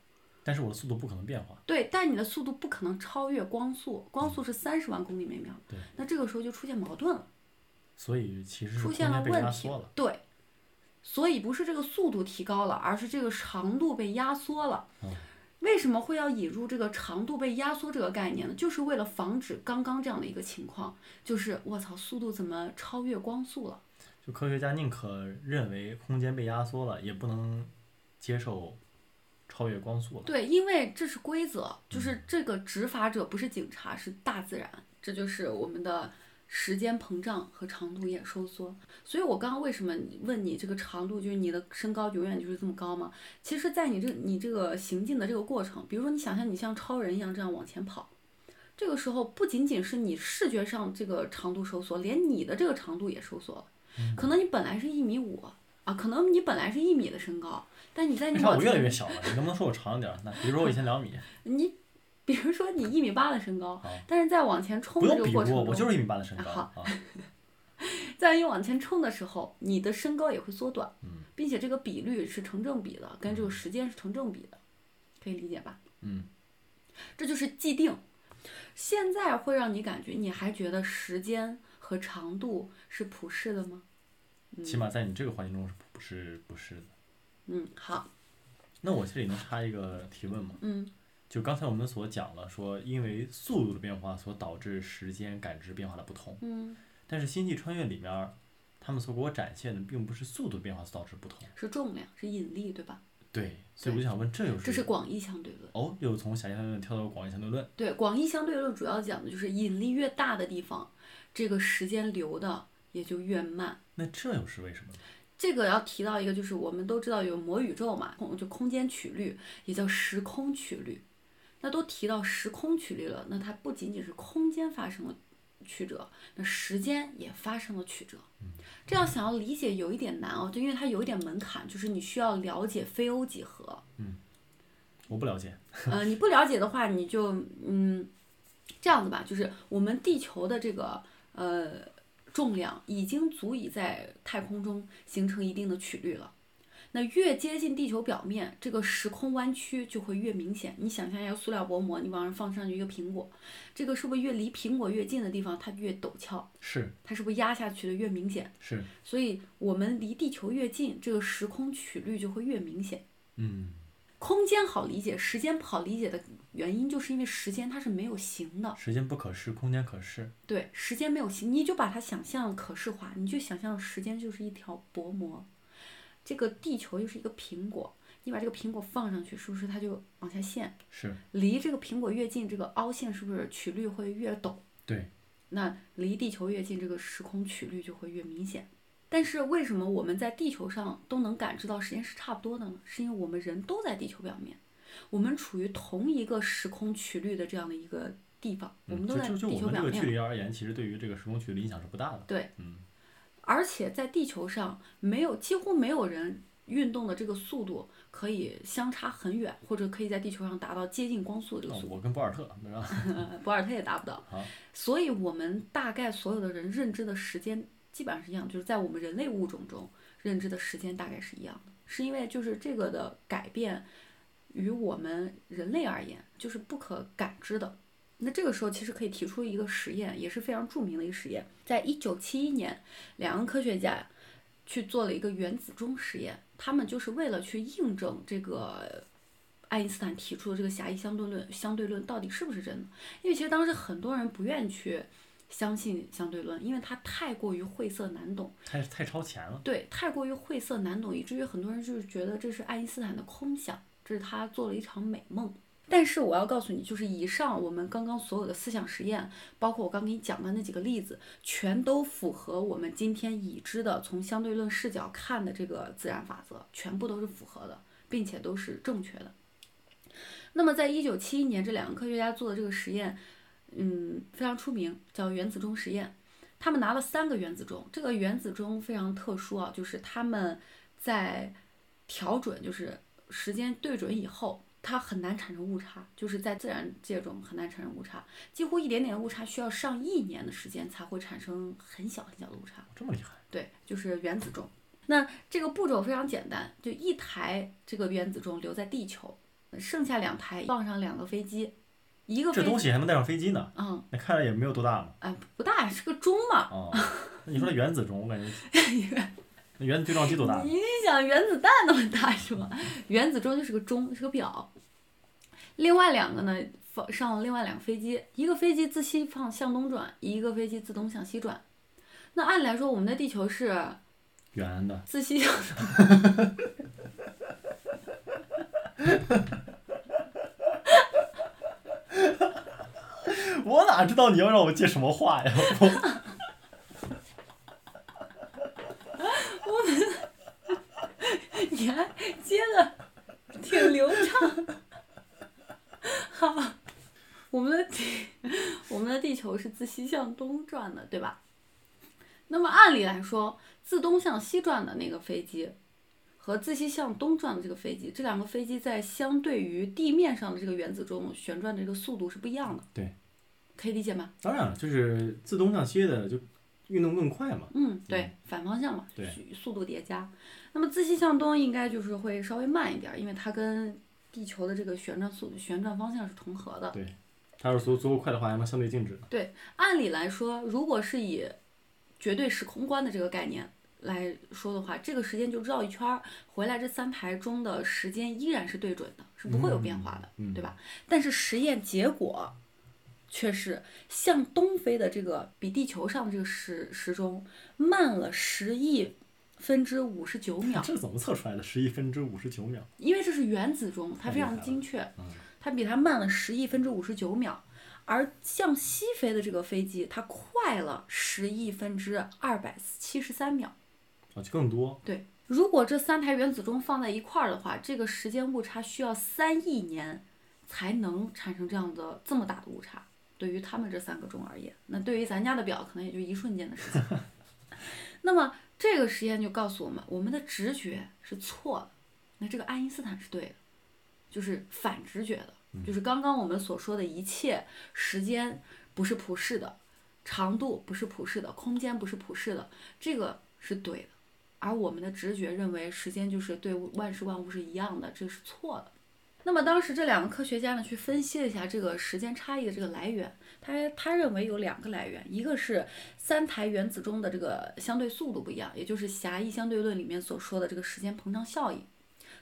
但是我的速度不可能变化，对，但你的速度不可能超越光速，光速是三十万公里每秒对。那这个时候就出现矛盾了，所以其实是出空现了间被压问题缩了。。对，所以不是这个速度提高了，而是这个长度被压缩了。嗯为什么会要引入这个长度被压缩这个概念呢？就是为了防止刚刚这样的一个情况，就是我操，速度怎么超越光速了？就科学家宁可认为空间被压缩了，也不能接受超越光速了。对，因为这是规则，就是这个执法者不是警察，是大自然，这就是我们的时间膨胀和长度也收缩。所以我刚刚为什么问你这个长度，就是你的身高永远就是这么高吗？其实，在你这你这个行进的这个过程，比如说你想象你像超人一样这样往前跑。这个时候不仅仅是你视觉上这个长度收缩，连你的这个长度也收缩了。嗯可能你本来是一米五啊，可能你本来是一米的身高，但你在为你啥往哎我越来前越小了？你能不能说我长一点儿？那比如说我以前两米，你比如说你一米八的身高好，但是在往前冲啊不的用这个比过程我，中，我就是一米八的身高好啊。在你往前冲的时候，你的身高也会缩短，嗯并且这个比率是成正比的，跟这个时间是成正比的，可以理解吧？嗯，这就是既定。现在会让你感觉，你还觉得时间和长度是普世的吗？起码在你这个环境中是不是不是的。嗯，好，那我这里能插一个提问吗？嗯，就刚才我们所讲了，说因为速度的变化所导致时间感知变化的不同。嗯，但是《星际穿越》里面儿，他们所给我展现的并不是速度变化所导致不同。是重量，是引力，对吧？对，所以我就想问，这又这是广义相对论。哦，又从狭义相对论跳到广义相对论，对，广义相对论主要讲的就是引力越大的地方，这个时间流的也就越慢。那这又是为什么呢？这个要提到一个，就是我们都知道有魔宇宙嘛，空就空间曲率，也叫时空曲率。那都提到时空曲率了，那它不仅仅是空间发生了曲折，那时间也发生了曲折。这要想要理解有一点难哦，就因为它有一点门槛，就是你需要了解非欧几何。我不了解。呃，你不了解的话，你就嗯，这样子吧，就是我们地球的这个呃重量已经足以在太空中形成一定的曲率了。那越接近地球表面，这个时空弯曲就会越明显。你想象一下塑料薄膜，你往上放上去一个苹果，这个是不是越离苹果越近的地方，它越陡峭？是它是不是压下去的越明显？是，所以我们离地球越近，这个时空曲率就会越明显。嗯，空间好理解，时间不好理解的原因，就是因为时间它是没有形的。嗯时间不可视，空间可视。对，时间没有形，你就把它想象可视化，你就想象时间就是一条薄膜，这个地球就是一个苹果，你把这个苹果放上去，是不是它就往下陷？是离这个苹果越近，这个凹陷是不是曲率会越陡？对，那离地球越近，这个时空曲率就会越明显。但是为什么我们在地球上都能感知到时间是差不多的呢？是因为我们人都在地球表面，我们处于同一个时空曲率的这样的一个地方，我们嗯，都就在就就地我球们这表个距面。离而言，其实对于这个时空距离影响是不大的。对，嗯，而且在地球上没有几乎没有人运动的这个速度可以相差很远，或者可以在地球上达到接近光速的这那个速度，我跟博尔特，对吧？ 博尔特也达不到好。所以我们大概所有的人认知的时间基本上是一样，就是在我们人类物种中认知的时间大概是一样的，是因为就是这个的改变于我们人类而言就是不可感知的。那这个时候其实可以提出一个实验，也是非常著名的一个实验，在一九七一年，两个科学家去做了一个原子钟实验，他们就是为了去印证这个。爱因斯坦提出的这个狭义相对论，相对论到底是不是真的？因为其实当时很多人不愿去相信相对论，因为它太过于晦涩难懂，太太超前了。对，太过于晦涩难懂，以至于很多人就是觉得这是爱因斯坦的空想，这是他做了一场美梦。但是我要告诉你，就是以上我们刚刚所有的思想实验，包括我刚给你讲的那几个例子，全都符合我们今天已知的从相对论视角看的这个自然法则，全部都是符合的，并且都是正确的。那么，在一九七一年，这两个科学家做的这个实验，嗯，非常出名，叫原子钟实验。他们拿了三个原子钟，这个原子钟非常特殊啊，就是他们在调准，就是时间对准以后，它很难产生误差，就是在自然界中很难产生误差，几乎一点点的误差需要上亿年的时间才会产生很小很小的误差。这么厉害，对，就是原子钟。那这个步骤非常简单，就一台这个原子钟留在地球，剩下两台放上两个飞机，一个这飞东机，西还能带上飞机呢？嗯，那看着也没有多大嘛。哎，不大，是个钟嘛。 哦，那你说那原子钟，我感觉那原子对撞机多大？你想原子弹那么大是吗？原子钟就是个钟，是个表。另外两个呢，放上了另外两个飞机，一个飞机自西方向东转，一个飞机自东向西转。那按理来说，我们的地球是圆的，自西向东。我哪知道你要让我接什么话呀？ 我 你还接的挺流畅。 好，我们的地，我们的地球是自西向东转的，对吧？那么按理来说，自东向西转的那个飞机和自西向东转的这个飞机，这两个飞机在相对于地面上的这个原子钟旋转的这个速度是不一样的。对，可以理解吗？当然了，就是自东向西的就运动更快嘛。嗯，对，反方向嘛，对速速度叠加。那么自西向东应该就是会稍微慢一点儿，因为它跟地球的这个旋转速度、旋转方向是重合的。它要是足足够快的话，还能相对静止。按理来说，如果是以绝对时空观的这个概念来说的话，这个时间就绕一圈儿回来，这三台钟的时间依然是对准的，是不会有变化的，嗯嗯对吧？但是实验结果却是向东飞的这个比地球上的这个时时钟慢了十亿分之五十九秒，这是怎么测出来的？十亿分之五十九秒，因为这是原子钟，它非常太厉害了精确嗯，它比它慢了十亿分之五十九秒。而向西飞的这个飞机，它快了十亿分之二百七十三秒。啊，就更多。对，如果这三台原子钟放在一块儿的话，这个时间误差需要三亿年才能产生这样的这么大的误差。对于他们这三个钟而言，那对于咱家的表，可能也就一瞬间的事情。 那么这个实验就告诉我们，我们的直觉是错的，那这个爱因斯坦是对的，就是反直觉的，就是刚刚我们所说的一切时间不是普世的，长度不是普世的，空间不是普世的，这个是对的。而我们的直觉认为时间就是对万事万物是一样的，这是错的。那么当时这两个科学家呢，去分析了一下这个时间差异的这个来源。他他认为有两个来源，一个是三台原子钟的这个相对速度不一样，也就是狭义相对论里面所说的这个时间膨胀效应；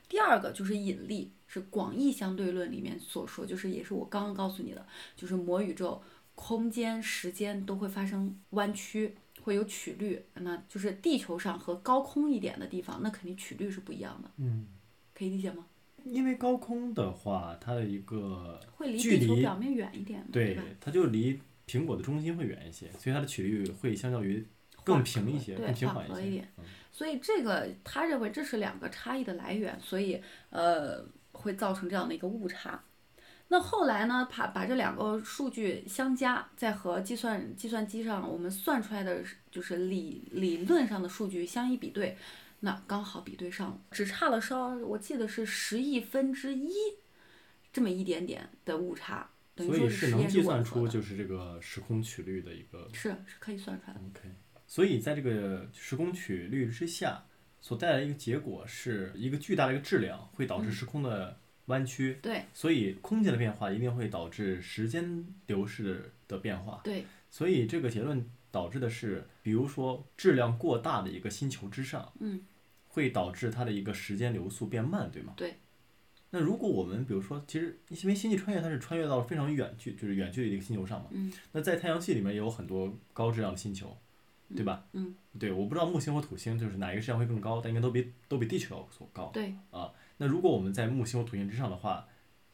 第二个就是引力，是广义相对论里面所说，就是也是我刚刚告诉你的，就是魔宇宙空间、时间都会发生弯曲，会有曲率。那就是地球上和高空一点的地方，那肯定曲率是不一样的，嗯，可以理解吗？因为高空的话，它的一个会离距地球离表面远一点嘛，对吧？，它就离苹果的中心会远一些，所以它的曲率会相较于更平一些，对更平缓缓和些。一点嗯所以这个他认为这是两个差异的来源，所以呃会造成这样的一个误差。那后来呢，把把这两个数据相加，再和计算计算机上我们算出来的就是理理论上的数据相一比对，那刚好比对上了，只差了稍，我记得是十亿分之一这么一点点的误差，等于所说以是实能验计吻算合出的就是这个时空曲率的一个是是可以算出来的。 OK。所以在这个时空曲率之下，所带来的一个结果是一个巨大的一个质量，会嗯导致时空的弯曲。对所以空间的变化一定会导致时间流逝的变化。对所以这个结论导致的是，比如说质量过大的一个星球之上，嗯，会导致它的一个时间流速变慢，对吗？对。那如果我们比如说，其实因为星际穿越它是穿越到了非常远距，就是远距离的一个星球上嘛，嗯，那在太阳系里面也有很多高质量的星球，对吧？嗯，对，我不知道木星和土星就是哪一个质量会更高，但应该都比都比地球要所高。啊对那如果我们在木星和土星之上的话，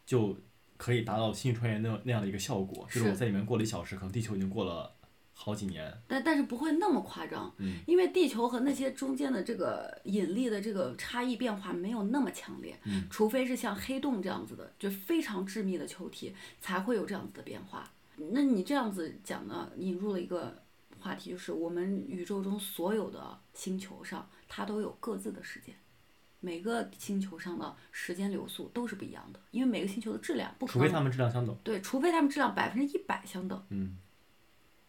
就可以达到星际穿越那那样的一个效果，就是是我在里面过了一小时，可能地球已经过了好几年。但但是不会那么夸张，嗯因为地球和那些中间的这个引力的这个差异变化没有那么强烈，嗯除非是像黑洞这样子的，就非常致密的球体才会有这样子的变化。那你这样子讲呢，引入了一个话题，就是我们宇宙中所有的星球上，它都有各自的时间。每个星球上的时间流速都是不一样的，因为每个星球的质量不可除能非它们质量相等。对，除非它们质量百分之一百相等嗯，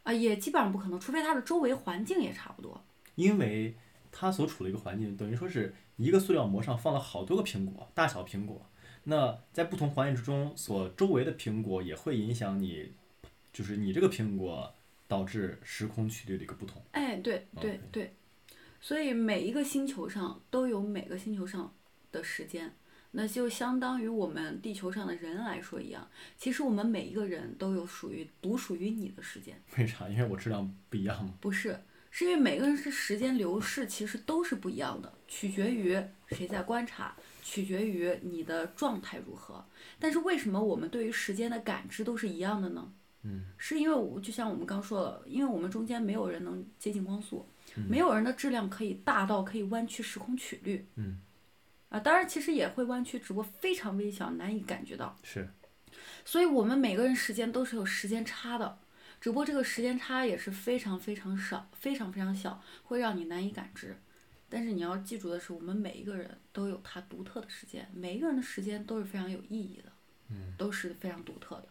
啊，也基本上不可能，除非它的周围环境也差不多。因为它所处的一个环境，等于说是一个塑料膜上放了好多个苹果，大小苹果。那在不同环境之中，所周围的苹果也会影响你，就是你这个苹果导致时空曲率的一个不同。哎，对对 OK 对，所以每一个星球上都有每个星球上的时间，那就相当于我们地球上的人来说一样，其实我们每一个人都有属于独属于你的时间，为啥？因为我质量不一样嘛。不是，是因为每个人是时间流逝其实都是不一样的，取决于谁在观察，取决于你的状态如何。但是为什么我们对于时间的感知都是一样的呢？嗯，是因为我就像我们刚说了，因为我们中间没有人能接近光速，嗯没有人的质量可以大到可以弯曲时空曲率。嗯，啊，当然其实也会弯曲，只不过非常微小，难以感觉到。是，所以我们每个人时间都是有时间差的，只不过这个时间差也是非常非常少，非常非常小，会让你难以感知。但是你要记住的是，我们每一个人都有他独特的时间，每一个人的时间都是非常有意义的，嗯，都是非常独特的。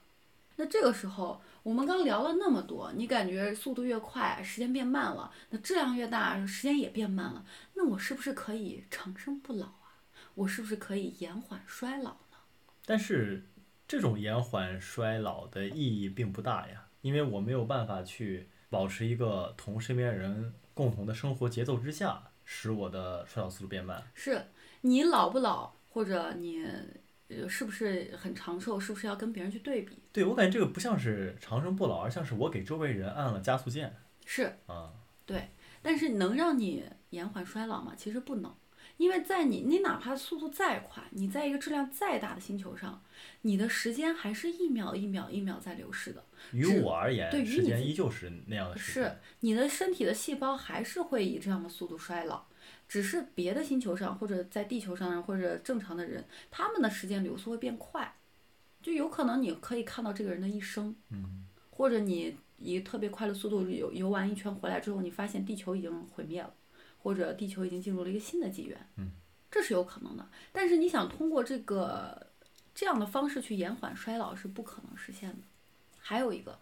那这个时候，我们刚聊了那么多，你感觉速度越快，时间变慢了，那质量越大，时间也变慢了，那我是不是可以长生不老啊？我是不是可以延缓衰老呢？但是这种延缓衰老的意义并不大呀，因为我没有办法去保持一个同身边人共同的生活节奏之下，使我的衰老速度变慢。是你老不老，或者你呃是不是很长寿，是不是要跟别人去对比？对我感觉这个不像是长生不老，而像是我给周围人按了加速键是，啊。但是能让你延缓衰老吗？其实不能，因为在你你哪怕速度再快，你在一个质量再大的星球上，你的时间还是一秒一秒一秒在流逝的。于是我而言对，于时你间自依旧是那样的时是间。你的身体的细胞还是会以这样的速度衰老，只是别的星球上或者在地球上或者正常的人，他们的时间流速会变快，就有可能你可以看到这个人的一生，嗯，或者你以特别快的速度游游完一圈回来之后，你发现地球已经毁灭了，或者地球已经进入了一个新的纪元，嗯，这是有可能的。但是你想通过这个这样的方式去延缓衰老是不可能实现的。还有一个，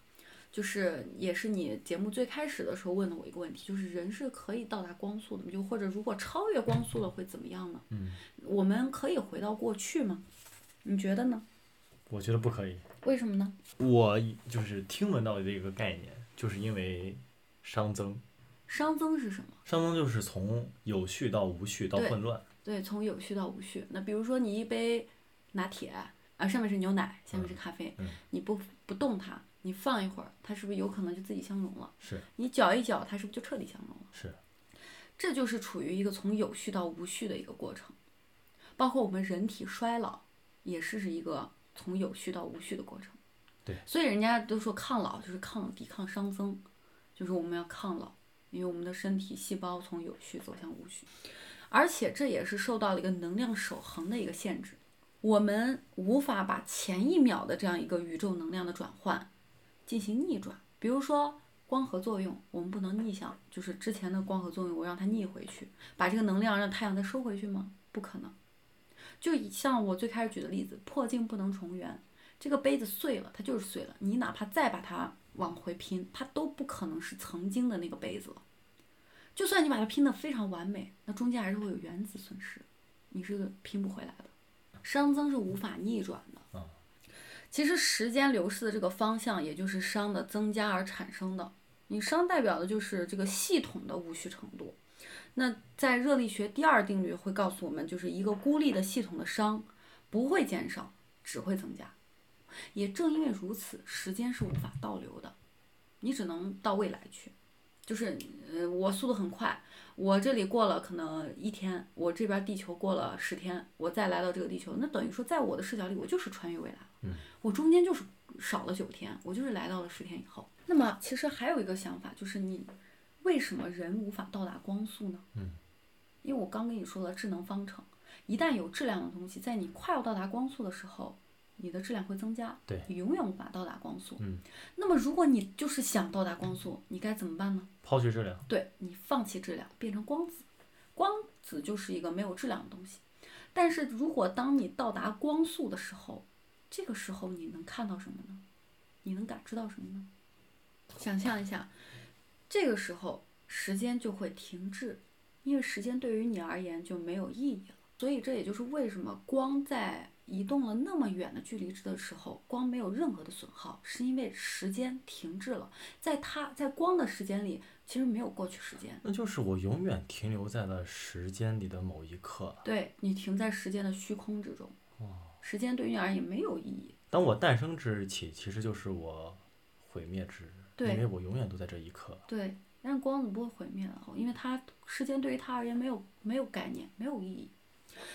就是也是你节目最开始的时候问的我一个问题，就是人是可以到达光速的吗？就或者如果超越光速了会怎么样呢？嗯，我们可以回到过去吗？你觉得呢？我觉得不可以。为什么呢？我就是听闻到的一个概念，就是因为熵增，熵增是什么？熵增就是从有序到无序到对混乱。对，从有序到无序。那比如说你一杯拿铁啊，上面是牛奶，下面是咖啡，嗯你不不动它，你放一会儿，它是不是有可能就自己相融了？是你搅一搅，它是不是就彻底相融了？是，这就是处于一个从有序到无序的一个过程，包括我们人体衰老也是是一个从有序到无序的过程。对，所以人家都说抗老就是抗抵抗熵增，就是我们要抗老，因为我们的身体细胞从有序走向无序，而且这也是受到了一个能量守恒的一个限制，我们无法把前一秒的这样一个宇宙能量的转换进行逆转，比如说光合作用，我们不能逆向，就是之前的光合作用，我让它逆回去，把这个能量让太阳再收回去吗？不可能。就以像我最开始举的例子，破镜不能重圆，这个杯子碎了，它就是碎了，你哪怕再把它往回拼，它都不可能是曾经的那个杯子了。就算你把它拼得非常完美，那中间还是会有原子损失，你是拼不回来的。熵增是无法逆转的。其实时间流逝的这个方向，也就是熵的增加而产生的。你熵代表的就是这个系统的无序程度。那在热力学第二定律会告诉我们，就是一个孤立的系统的熵不会减少，只会增加。也正因为如此，时间是无法倒流的，你只能到未来去。就是，呃，我速度很快，我这里过了可能一天，我这边地球过了十天，我再来到这个地球，那等于说，在我的视角里，我就是穿越未来了。嗯我中间就是少了九天，我就是来到了十天以后。那么其实还有一个想法，就是你为什么人无法到达光速呢？嗯，因为我刚跟你说了智能方程，一旦有质量的东西，在你快要到达光速的时候，你的质量会增加，对你永远无法到达光速。嗯，那么如果你就是想到达光速，你该怎么办呢？抛去质量，对你放弃质量，变成光子。光子就是一个没有质量的东西。但是如果当你到达光速的时候，这个时候你能看到什么呢？你能感知到什么呢？想象一下，这个时候时间就会停滞，因为时间对于你而言就没有意义了。所以这也就是为什么光在移动了那么远的距离的时候，光没有任何的损耗，是因为时间停滞了。在它在光的时间里，其实没有过去时间，那就是我永远停留在了时间里的某一刻。对你停在时间的虚空之中，时间对于你而言没有意义。当我诞生之日起，其实就是我毁灭之日，对因为我永远都在这一刻。对，但是光子不会毁灭的，因为它时间对于它而言没有没有概念，没有意义。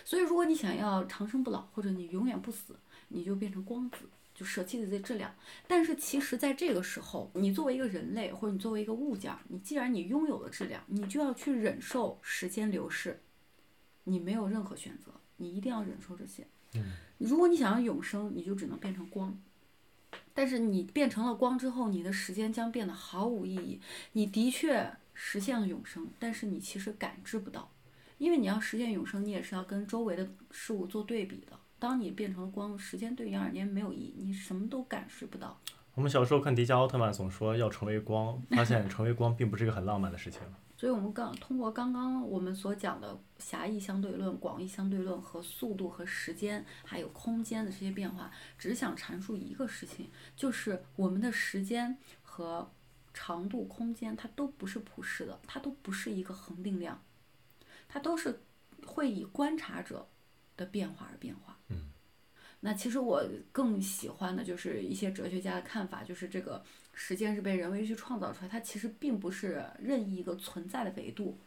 所以，如果你想要长生不老，或者你永远不死，你就变成光子，就舍弃自己的质量。但是，其实，在这个时候，你作为一个人类，或者你作为一个物件儿，你既然你拥有了质量，你就要去忍受时间流逝，你没有任何选择，你一定要忍受这些。如果你想要永生，你就只能变成光。但是你变成了光之后，你的时间将变得毫无意义。你的确实现了永生，但是你其实感知不到，因为你要实现永生，你也是要跟周围的事物做对比的。当你变成了光，时间对你而言没有意义，你什么都感受不到。我们小时候看迪迦奥特曼，总说要成为光，发现成为光并不是一个很浪漫的事情。所以，我们刚通过刚刚我们所讲的狭义相对论、广义相对论和速度和时间，还有空间的这些变化，只想阐述一个事情，就是我们的时间和长度、空间，它都不是普世的，它都不是一个恒定量，它都是会以观察者的变化而变化。嗯，那其实我更喜欢的就是一些哲学家的看法，就是这个时间是被人为去创造出来，它其实并不是任意一个存在的维度。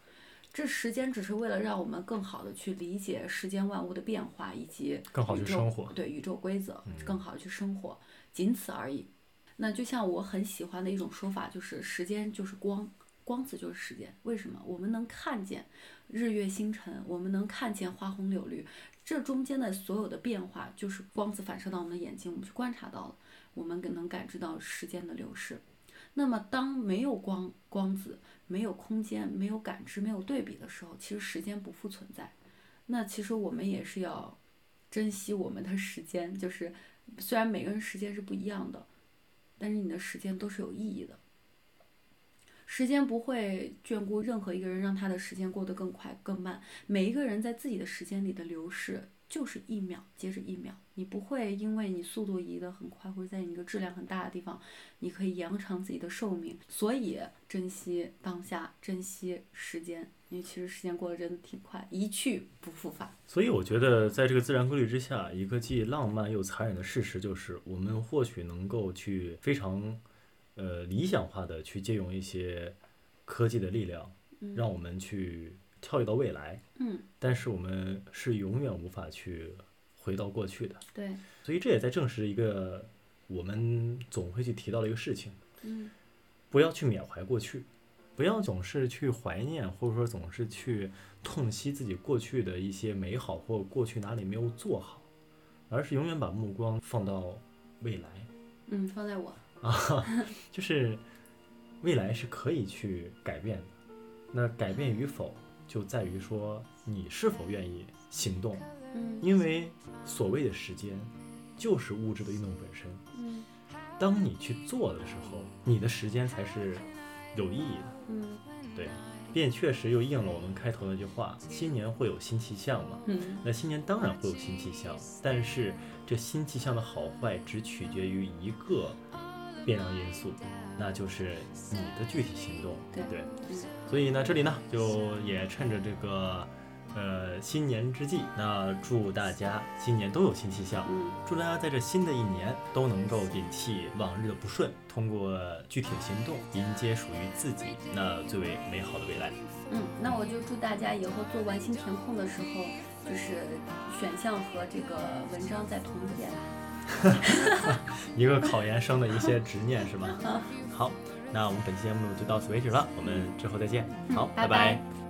这时间只是为了让我们更好的去理解世间万物的变化，以及更好宇去宙生活对宇宙规则，嗯更好的去生活，仅此而已。那就像我很喜欢的一种说法，就是时间就是光，光子就是时间。为什么我们能看见日月星辰，我们能看见花红柳绿，这中间的所有的变化，就是光子反射到我们的眼睛，我们去观察到了，我们更能感知到时间的流逝。那么，当没有光光子、没有空间、没有感知、没有对比的时候，其实时间不复存在。那其实我们也是要珍惜我们的时间，就是虽然每个人时间是不一样的，但是你的时间都是有意义的。时间不会眷顾任何一个人，让他的时间过得更快更慢。每一个人在自己的时间里的流逝就是一秒接着一秒，你不会因为你速度移得很快，或者在你一个质量很大的地方，你可以延长自己的寿命。所以珍惜当下，珍惜时间，因为其实时间过得真的挺快，一去不复返。所以我觉得，在这个自然规律之下，一个既浪漫又残忍的事实就是，我们或许能够去非常，呃，理想化的去借用一些科技的力量，让我们去跳跃到未来。嗯，但是我们是永远无法去回到过去的。对，所以这也在证实一个我们总会去提到的一个事情：嗯不要去缅怀过去，不要总是去怀念，或者说总是去痛惜自己过去的一些美好，或过去哪里没有做好，而是永远把目光放到未来。嗯，放在我，就是未来是可以去改变的，那改变与否就在于说你是否愿意行动，嗯因为所谓的时间就是物质的运动本身。嗯当你去做的时候，你的时间才是有意义的。嗯对，便确实又应了我们开头那句话：新年会有新气象嘛。嗯，那新年当然会有新气象，但是这新气象的好坏只取决于一个变量因素，那就是你的具体行动，对不对？所以呢，这里呢就也趁着这个呃新年之际，那祝大家新年都有新气象。嗯祝大家在这新的一年都能够摒弃往日的不顺，通过具体的行动迎接属于自己那最为美好的未来。嗯，那我就祝大家以后做完形填空的时候，就是选项和这个文章在同一页吧。 一个考研生的一些执念是吧？好，那我们本期节目就到此为止了，我们之后再见。好，嗯拜拜拜